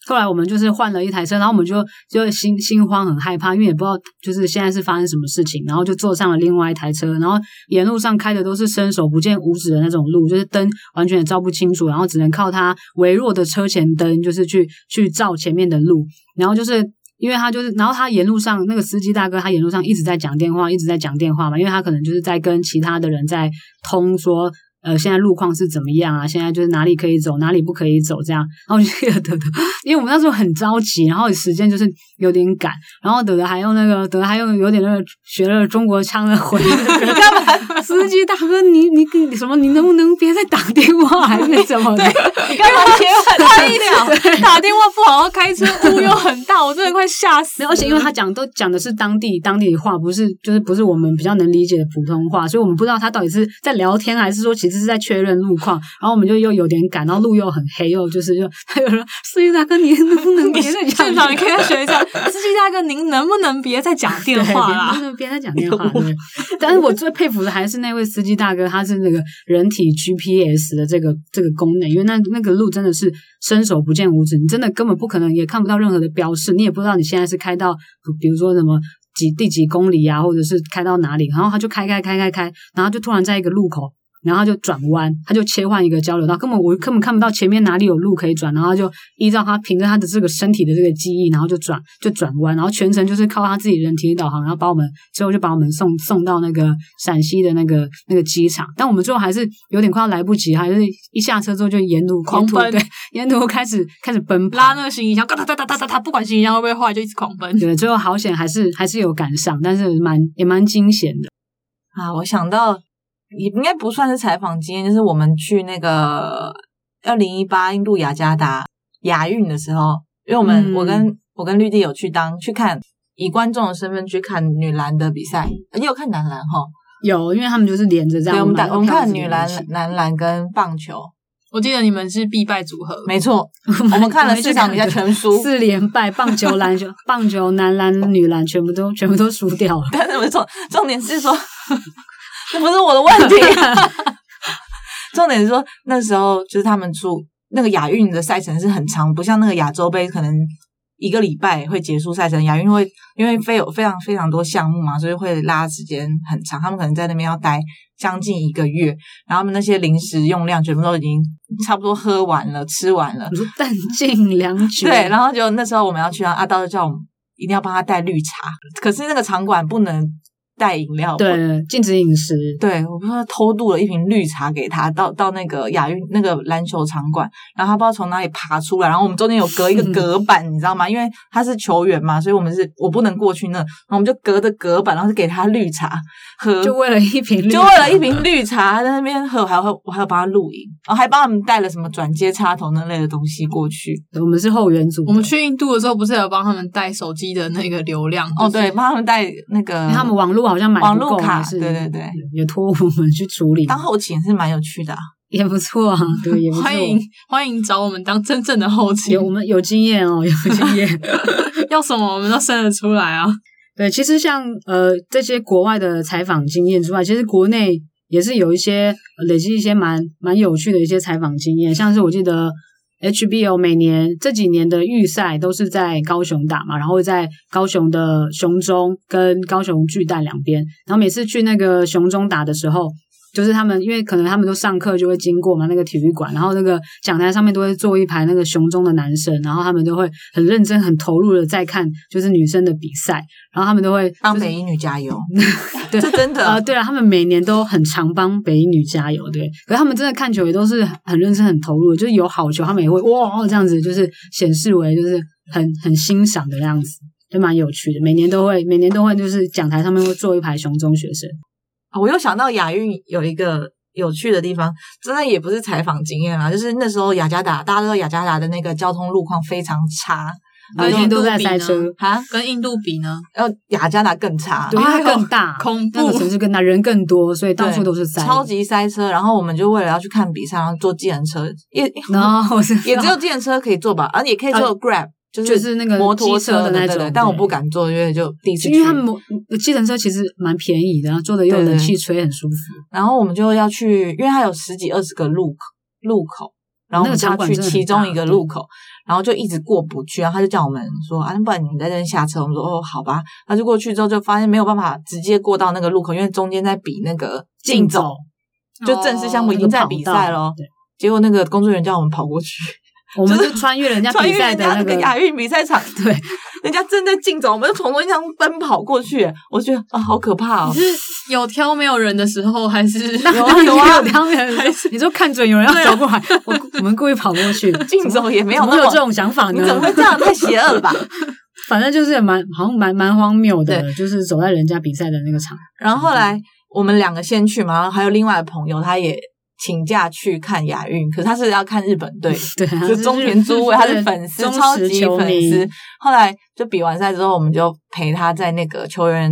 Speaker 1: 后来我们就是换了一台车，然后我们就就心心慌很害怕，因为也不知道就是现在是发生什么事情，然后就坐上了另外一台车，然后沿路上开的都是伸手不见五指的那种路，就是灯完全也照不清楚，然后只能靠它微弱的车前灯，就是去去照前面的路，然后就是。因为他就是，然后他沿路上那个司机大哥，他沿路上一直在讲电话，一直在讲电话嘛，因为他可能就是在跟其他的人在通说，呃，现在路况是怎么样啊？现在就是哪里可以走，哪里不可以走这样。然后我就记得德德，因为我们那时候很着急，然后时间就是有点赶，然后德德还用那个德德还用有点那个学了中国腔的回应，你干嘛？司机大哥，你你你什么？你能不能别再打电话还是什么的？
Speaker 3: 你干嘛切换他一秒？
Speaker 2: 打电话不好好开车，雾又很大，我真的快吓死
Speaker 1: 没有，
Speaker 2: 了。
Speaker 1: 而且
Speaker 2: [laughs]
Speaker 1: 因为他讲都讲的是当地当地话，不是就是不是我们比较能理解的普通话，所以我们不知道他到底是在聊天，还是说其实是在确认路况。然后我们就又有点赶，然后路又很黑，又就是又他有人说司机大哥，你能不能别再讲
Speaker 2: 现场你可以再学一下，司机大哥，您能不能别再讲电话
Speaker 1: 对 [laughs] 别
Speaker 2: 啦？
Speaker 1: 能别再讲电
Speaker 2: [laughs]
Speaker 1: 话了。但是我最佩服的还是那位司机大哥，他是那个人体 GPS 的这个这个功能，因为那那个路真的是伸手不见五指，你真的根本不可能也看不到任何的标示，你也不知道你现在是开到比如说什么。几第几公里啊，或者是开到哪里，然后他就开开开开开，然后就突然在一个路口然后他就转弯，他就切换一个交流道，根本我根本看不到前面哪里有路可以转，然后他就依照他凭着他的这个身体的这个记忆，然后就转就转弯，然后全程就是靠他自己人体导航，然后把我们最后就把我们送送到那个陕西的那个那个机场，但我们最后还是有点快要来不及，还是一下车之后就沿途
Speaker 2: 狂
Speaker 1: 沿途
Speaker 3: [laughs]
Speaker 2: 奔
Speaker 1: 对沿途开始开始奔跑，
Speaker 2: 拉那个行李箱，嘎哒哒哒哒哒哒，不管行李箱会不会坏，就一直狂
Speaker 1: [laughs]
Speaker 2: 奔。
Speaker 1: 对，最后好险还是还是有赶上，但是蛮也蛮惊险的。
Speaker 3: 啊，我想到也应该不算是采访经验，就是我们去那个二零一八印度雅加达亚运的时候，因为我们、
Speaker 1: 嗯
Speaker 3: 我跟我跟绿地有去当去看，以观众的身份去看女篮的比赛，你有看男篮哈？
Speaker 1: 有，因为他们就是连着这样，
Speaker 3: 对，我们打
Speaker 1: 买
Speaker 3: 我们
Speaker 1: 票
Speaker 3: 看
Speaker 1: 是
Speaker 3: 女
Speaker 1: 连
Speaker 3: 篮
Speaker 1: 着去、
Speaker 3: 男篮跟棒球，
Speaker 2: 我记得你们是必败组合，
Speaker 3: 没错，
Speaker 1: 我
Speaker 3: 我们看了
Speaker 1: 去
Speaker 3: 四场比赛
Speaker 1: 看
Speaker 3: 全输，
Speaker 1: 四连败，棒球、篮 [laughs] 球、棒球、男篮、女篮，全部都全部都输掉
Speaker 3: [laughs]
Speaker 1: 了。
Speaker 3: 但是我重重点是说， [laughs] 这不是我的问题、 [laughs] 重点是说那时候就是他们出那个亚运的赛程是很长，不像那个亚洲杯可能一个礼拜会结束赛程，亚运会因为非有非常非常多项目嘛，所以会拉时间很长，他们可能在那边要待将近一个月，然后他们那些零食用量全部都已经差不多喝完了、吃完了
Speaker 1: 我，说弹尽粮绝，
Speaker 3: 对，然后啊就那时候我们要去啊，阿刀就叫我们一定要帮他带绿茶，可是那个场馆不能带饮料，我
Speaker 1: 对，禁止饮食，
Speaker 3: 对，我不知道偷渡了一瓶绿茶给他，到到那个亚运那个篮球场馆，然后他不知道从哪里爬出来，然后我们中间有隔一个
Speaker 1: [laughs]
Speaker 3: 隔板，你知道吗？因为他是球员嘛，所以我们是我不能过去那，然后我们就隔着隔板，然后就给他绿茶喝，
Speaker 1: 就为了一瓶绿，
Speaker 3: 嗯就为了一瓶绿茶在那边喝，我还要我还要帮他录影，然后还帮他们带了什么转接插头那类的东西过去。
Speaker 1: 对，我们是后援组的，
Speaker 2: 我们去印度的时候，不是有帮他们带手机的那个流量？
Speaker 3: 哦，
Speaker 2: 就是
Speaker 3: 对，帮他们带那个
Speaker 1: 他们网络好像买
Speaker 3: 网
Speaker 1: 不
Speaker 3: 络
Speaker 1: 够，
Speaker 3: 卡
Speaker 1: 还是嗯
Speaker 3: 对对对，
Speaker 1: 也托我们去处理，
Speaker 3: 当后勤也是蛮有趣的、啊。
Speaker 1: 也不错啊，对，也不错。
Speaker 2: 欢迎欢迎找我们当真正的后期
Speaker 1: 有，我们有经验哦，有经验。
Speaker 2: 要什么我们都生得出来啊。
Speaker 1: 对，其实像呃这些国外的采访经验之外，其实国内也是有一些呃累积一些蛮蛮有趣的一些采访经验，像是我记得 HBO 每年这几年的预赛都是在高雄打嘛，然后在高雄的雄中跟高雄巨蛋两边，然后每次去那个雄中打的时候。就是他们，因为可能他们都上课就会经过嘛，那个体育馆，然后那个讲台上面都会坐一排那个雄中的男生，然后他们都会很认真、很投入的在看，就是女生的比赛，然后他们都会
Speaker 3: 当
Speaker 1: 就是
Speaker 3: 北一女加油，
Speaker 1: [laughs] 对
Speaker 3: 这真的。
Speaker 1: 呃，对啊，他们每年都很常帮北一女加油，对。可是他们真的看球也都是很认真、很投入的，就是有好球，他们也会哇哦这样子，就是显示为就是很很欣赏的样子，就蛮有趣的。每年都会，每年都会，就是讲台上面会坐一排雄中学生，
Speaker 3: 啊我又想到亚运有一个有趣的地方，真的也不是采访经验啦，就是那时候雅加达，大家都知道雅加达的那个交通路况非常差
Speaker 1: 每
Speaker 2: 跟
Speaker 1: 天
Speaker 2: 印
Speaker 1: 都
Speaker 2: 度
Speaker 1: 在
Speaker 2: 比
Speaker 1: 塞
Speaker 2: 呢？
Speaker 1: 车，
Speaker 3: 啊，
Speaker 2: 跟印度比呢？ [laughs]
Speaker 3: 然后雅加达更差，
Speaker 1: 对，因为它
Speaker 2: 哎呦
Speaker 1: 更大，
Speaker 2: 恐
Speaker 1: 那个
Speaker 2: 怖
Speaker 1: 城市更大，人更多，所以到
Speaker 3: 对
Speaker 1: 处都是塞。
Speaker 3: 超，级塞车。然后我们就为了要去看比赛，然后坐计程车，
Speaker 1: [laughs]
Speaker 3: 也
Speaker 1: 然后是
Speaker 3: 也只
Speaker 1: [laughs]
Speaker 3: 有计程车可以坐吧，啊，也可以坐 Grab，就
Speaker 1: 就是那个
Speaker 3: 摩托
Speaker 1: 机车的
Speaker 3: 的
Speaker 1: 那
Speaker 3: 对对
Speaker 1: 种
Speaker 3: 但我
Speaker 1: 对
Speaker 3: 不敢坐，因为就第一次去，
Speaker 1: 因为他们摩计程车其实蛮便宜的，然后坐的又有
Speaker 3: 对对
Speaker 1: 冷
Speaker 3: 对
Speaker 1: 气吹，很舒服。
Speaker 3: 然后我们就要去，因为它有十几二十个路口路口，然后我们就
Speaker 1: 那个场
Speaker 3: 要
Speaker 1: 馆
Speaker 3: 去
Speaker 1: 真的很
Speaker 3: 其中一
Speaker 1: 大
Speaker 3: 个路口，然后就一直过不去，然后他就叫我们说啊，那不然你们在这边下车。我们说哦，好吧。他就过去之后就发现没有办法直接过到那个路口，因为中间在比那个竞走，就正式项目
Speaker 1: 哦那
Speaker 3: 已
Speaker 1: 个
Speaker 3: 经在
Speaker 1: 跑
Speaker 3: 比
Speaker 1: 道
Speaker 3: 赛咯
Speaker 1: 对
Speaker 3: 结果那个工作人员叫我们跑过去，
Speaker 1: 我们
Speaker 3: 就是
Speaker 1: 穿越人
Speaker 3: [laughs]
Speaker 1: 家
Speaker 3: 穿
Speaker 1: 比
Speaker 3: 越
Speaker 1: 赛
Speaker 3: 人
Speaker 1: 的
Speaker 3: 家
Speaker 1: 那
Speaker 3: 那个
Speaker 1: 个
Speaker 3: 亚运比赛场，
Speaker 1: [laughs] 对，
Speaker 3: 人家正在竞走，我们就从中间这样奔跑过去，我觉得啊，好可怕哦
Speaker 2: 你！是有挑没有人的时候，还
Speaker 1: [laughs]
Speaker 2: 是
Speaker 3: 有啊有啊
Speaker 1: 你当然你说看准有人要走过来，我我们故意跑过
Speaker 3: [laughs]
Speaker 1: 去，
Speaker 3: 竞走也没有
Speaker 1: 怎么
Speaker 3: 那
Speaker 1: 会有
Speaker 3: 么
Speaker 1: 这，种想法
Speaker 3: 你怎么
Speaker 1: 呢？
Speaker 3: 会这样？太邪恶了吧！
Speaker 1: 反正就是蛮好像蛮蛮荒谬的，就是走在人家比赛的那个场，
Speaker 3: 然后后来我们两个先去嘛，然后还有另外的朋友，他也请假去看亚运，可是他是要看日本
Speaker 1: [laughs]
Speaker 3: 队，
Speaker 1: 对，啊他
Speaker 3: 就是中田
Speaker 1: [laughs]
Speaker 3: 朱伟，他是粉丝，
Speaker 1: 忠
Speaker 3: 超
Speaker 1: 实
Speaker 3: 级
Speaker 1: 球
Speaker 3: 粉
Speaker 1: 迷
Speaker 3: 丝。。后来就比完赛之后，我们就陪他在那个球员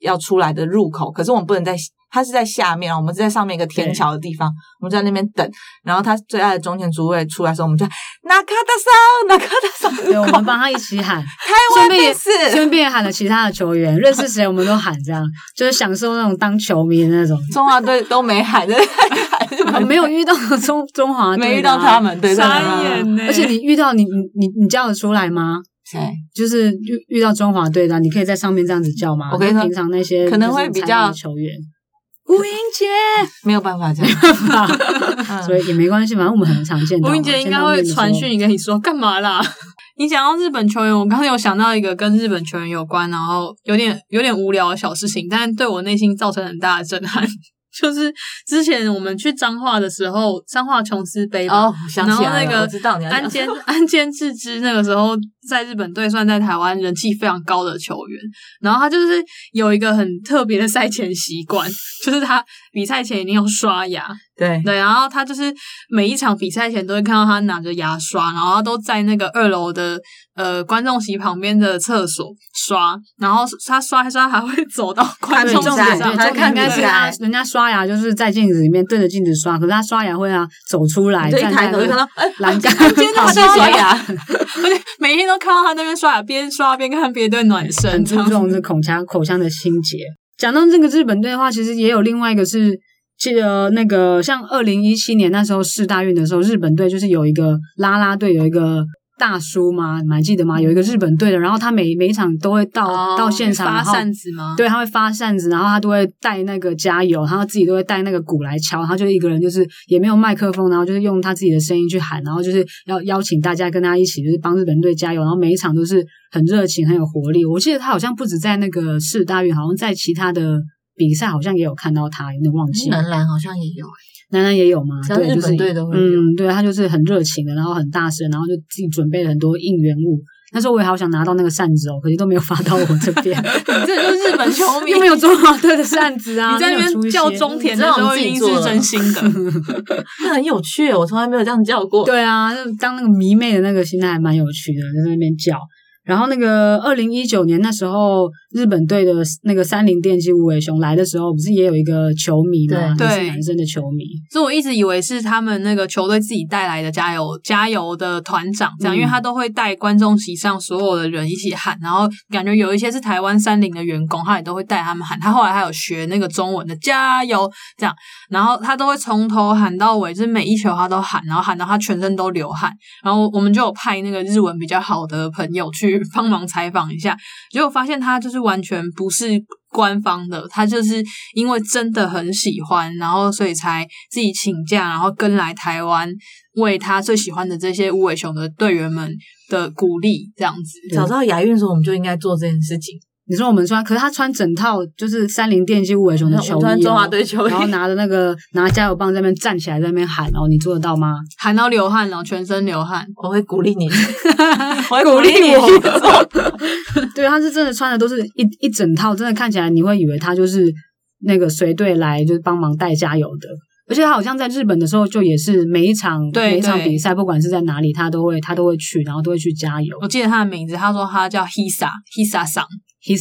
Speaker 3: 要出来的入口，可是我们不能在。他是在下面，啊我们是在上面一个天桥的地方，我们就在那边等。然后他最爱的中田朱卫出来的时候，我们就那卡达桑，那卡达
Speaker 1: [laughs]
Speaker 3: 桑，
Speaker 1: 对，我们帮他一起
Speaker 3: [laughs]
Speaker 1: 喊，
Speaker 3: 台
Speaker 1: 顺
Speaker 3: 湾
Speaker 1: 便也
Speaker 3: 队是
Speaker 1: 顺便也喊了其他的球员，认识谁我们都喊，这样就是享受那种当球迷的
Speaker 3: [laughs]
Speaker 1: 那种。
Speaker 3: 中华队都
Speaker 1: [laughs]
Speaker 3: 没
Speaker 1: 啊
Speaker 3: 喊，真的喊日本
Speaker 1: 我
Speaker 3: 队
Speaker 1: 没有遇到 [laughs] 中中华队的啊，啊
Speaker 3: [laughs] 没遇到他们，对，真的
Speaker 2: 傻
Speaker 3: 没有
Speaker 2: 眼呢
Speaker 1: 而且你遇到你你你你叫得出来吗？
Speaker 3: 谁？
Speaker 1: 就是遇遇到中华队的啊，你可以在上面这样子叫吗？
Speaker 3: 我跟你
Speaker 1: 就
Speaker 3: 说
Speaker 1: 平常那些
Speaker 3: 可能会
Speaker 1: 就是
Speaker 3: 比
Speaker 1: 参与
Speaker 3: 较
Speaker 1: 的球员，吴英杰，
Speaker 3: 没有办法这 [laughs] 样。嗯
Speaker 1: 所以也没关系，反正我们很常见到嘛。
Speaker 2: 吴英杰应该会传讯跟你说干嘛啦？ [laughs] 你讲到日本球员，我刚刚有想到一个跟日本球员有关，然后有点有点无聊的小事情，但对我内心造成很大的震撼。 [laughs] 就是之前我们去彰化的时候，彰化琼斯杯嘛，
Speaker 3: 哦，想起来
Speaker 2: 然后那个
Speaker 3: 了，我知道你要
Speaker 2: 安
Speaker 3: 讲。
Speaker 2: 间安间智之那个时候在日本队算在台湾人气非常高的球员，然后他就是有一个很特别的赛前习惯， [laughs] 就是他比赛前一定要刷牙，
Speaker 3: 对，
Speaker 2: 对，然后他就是每一场比赛前都会看到他拿着牙刷，然后都在那个二楼的呃观众席旁边的厕所刷，然后他刷一刷还会走到观
Speaker 1: 对，
Speaker 2: 众
Speaker 1: 重
Speaker 2: 席
Speaker 1: 点
Speaker 3: 比赛
Speaker 1: 对
Speaker 2: 上，
Speaker 3: 他
Speaker 1: 重点
Speaker 3: 看
Speaker 1: 应该
Speaker 3: 比
Speaker 1: 是
Speaker 3: 赛
Speaker 1: 他人家刷牙就是在镜子里面对着镜子刷，可是他刷牙会啊走出来，
Speaker 3: 你就一
Speaker 1: 站
Speaker 3: 抬
Speaker 1: 在
Speaker 3: 头就 [laughs] 看到，哎，
Speaker 1: 栏杆
Speaker 3: 今天他
Speaker 1: 旁
Speaker 3: 在
Speaker 1: 边
Speaker 3: 刷牙，
Speaker 2: 而且每天都看到他那边刷牙，边刷边看别队暖身
Speaker 1: 很，注重这口腔口腔的清洁。讲到这个日本队的话，其实也有另外一个是，记得那个像二零一七年那时候世大运的时候，日本队就是有一个啦啦队有一个大叔嘛，你们还记得吗？有一个日本队的，然后他每每一场都会到、
Speaker 2: 哦
Speaker 1: 到现场，
Speaker 2: 发
Speaker 1: 然后
Speaker 2: 扇子吗？，
Speaker 1: 对，他会发扇子，然后他都会带那个加油，然后自己都会带那个鼓来敲，然后就一个人就是也没有麦克风，然后就是用他自己的声音去喊，然后就是要邀请大家跟他一起就是帮日本队加油，然后每一场都是很热情很有活力。我记得他好像不止在那个世大运，好像在其他的比赛好像也有看到他，有点忘记。
Speaker 3: 男篮好像也有，
Speaker 1: 男篮也有吗？
Speaker 3: 只要
Speaker 1: 对，
Speaker 3: 嗯日
Speaker 1: 就是
Speaker 3: 本队都会有
Speaker 1: 嗯，对他就是很热情的，然后很大声，然后就自己准备了很多应援物。那时候我也好想拿到那个扇子哦，可惜都没有发到我这
Speaker 3: [laughs]
Speaker 1: 边。
Speaker 2: 这就是日本球迷
Speaker 1: [laughs] 又。没有中华队的扇子啊！
Speaker 2: [laughs] 你在那
Speaker 1: 没有出
Speaker 2: 边
Speaker 1: 一
Speaker 2: 叫
Speaker 1: 些
Speaker 2: 中田的时候，一定是真心的。
Speaker 3: 那很有趣，我从来没有这样叫
Speaker 1: [laughs]
Speaker 3: 过。
Speaker 1: 对啊，就当那个迷妹的那个心态还蛮有趣的，就在那边叫。然后那个二零一九年那时候，日本队的那个三菱电机无尾熊来的时候，不是也有一个球迷吗？
Speaker 2: 对
Speaker 1: 也
Speaker 2: 对
Speaker 1: 是男生的球迷。
Speaker 2: 所以我一直以为是他们那个球队自己带来的加油加油的团长这
Speaker 1: 嗯
Speaker 2: 样，因为他都会带观众席上所有的人一起喊，然后感觉有一些是台湾三菱的员工，他也都会带他们喊。他后来还有学那个中文的加油这样，然后他都会从头喊到尾，就是每一球他都喊，然后喊到他全身都流汗。然后我们就有派那个日文比较好的朋友去 [laughs] 帮忙采访一下，结果发现他就是完全不是官方的，他就是因为真的很喜欢，然后所以才自己请假，然后跟来台湾为他最喜欢的这些无尾熊的队员们的鼓励，这样子。
Speaker 3: 早知道亚运的时候，我们就应该做这件事情。
Speaker 1: 你说我们穿，可是他穿整套就是三菱电机无尾熊的球
Speaker 3: 我
Speaker 1: 衣、哦
Speaker 3: 们，中华队球衣啊
Speaker 1: 然后拿着那个拿加油棒在那边站起来，在那边喊哦，你做得到吗？
Speaker 2: 喊到流汗了，全身流汗。
Speaker 3: 我会鼓励你， [laughs] 我会
Speaker 1: 鼓励你
Speaker 3: 去做。
Speaker 1: 对，他是真的穿的都是一一整套，真的看起来你会以为他就是那个随队来就是帮忙带加油的。而且他好像在日本的时候，就也是每一场
Speaker 2: 对
Speaker 1: 每一场
Speaker 2: 对
Speaker 1: 比赛，不管是在哪里，他都会他都会去，然后都会去加油。
Speaker 2: 我记得他的名字，他说他叫 Hisa Hisa 桑，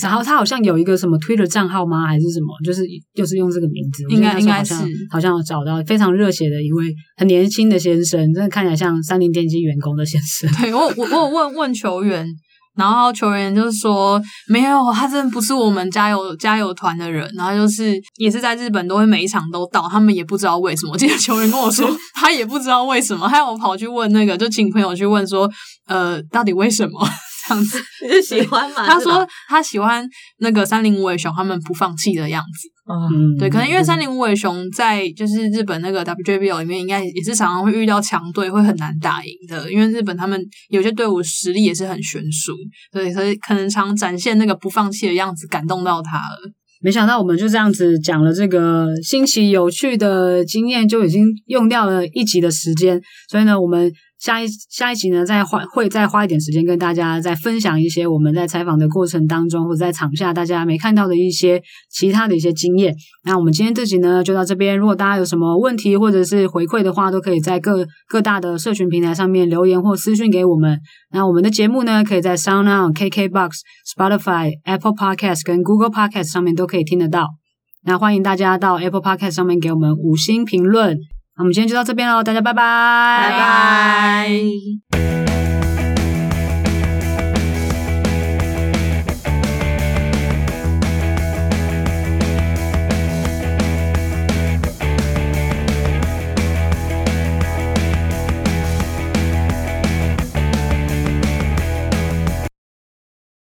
Speaker 1: 然后他好像有一个什么 Twitter 账号吗？还是什么？就是就是用这个名字，我
Speaker 2: 应该
Speaker 1: 记得那时候
Speaker 2: 应该是
Speaker 1: 好像好像有找到非常热血的一位很年轻的先生，真的看起来像三菱电机员工的先生。
Speaker 2: [laughs] 对我我我有问问球员，然后球员就是说没有，他真的不是我们加油加油团的人，然后就是也是在日本都会每一场都到，他们也不知道为什么。我记得球员跟我说他也不知道为什么，还有我跑去问那个，就请朋友去问说，呃，到底为什么这样子？
Speaker 3: 你就喜欢 [laughs] 嘛？
Speaker 2: 他
Speaker 3: 是吧
Speaker 2: 说，他喜欢那个三菱无尾熊他们不放弃的样子。
Speaker 3: 嗯，
Speaker 1: 嗯，
Speaker 2: 对，可能因为三菱无尾熊在就是日本那个 WJBL 里面，应该也是常常会遇到强队，会很难打赢的。因为日本他们有些队伍实力也是很悬殊，对，所以可能常展现那个不放弃的样子，感动到他了。
Speaker 1: 没想到我们就这样子讲了这个新奇有趣的经验，就已经用掉了一集的时间。所以呢，我们下一下一集呢，再花会再花一点时间跟大家再分享一些我们在采访的过程当中，或者在场下大家没看到的一些其他的一些经验。那我们今天这集呢就到这边。如果大家有什么问题或者是回馈的话，都可以在各各大的社群平台上面留言或私讯给我们。那我们的节目呢，可以在 Sound On、KKBox、Spotify、Apple Podcast 跟 Google Podcast 上面都可以听得到。那欢迎大家到 Apple Podcast 上面给我们五星评论。那我们今天就到这边喽，大家拜拜，
Speaker 3: 拜拜。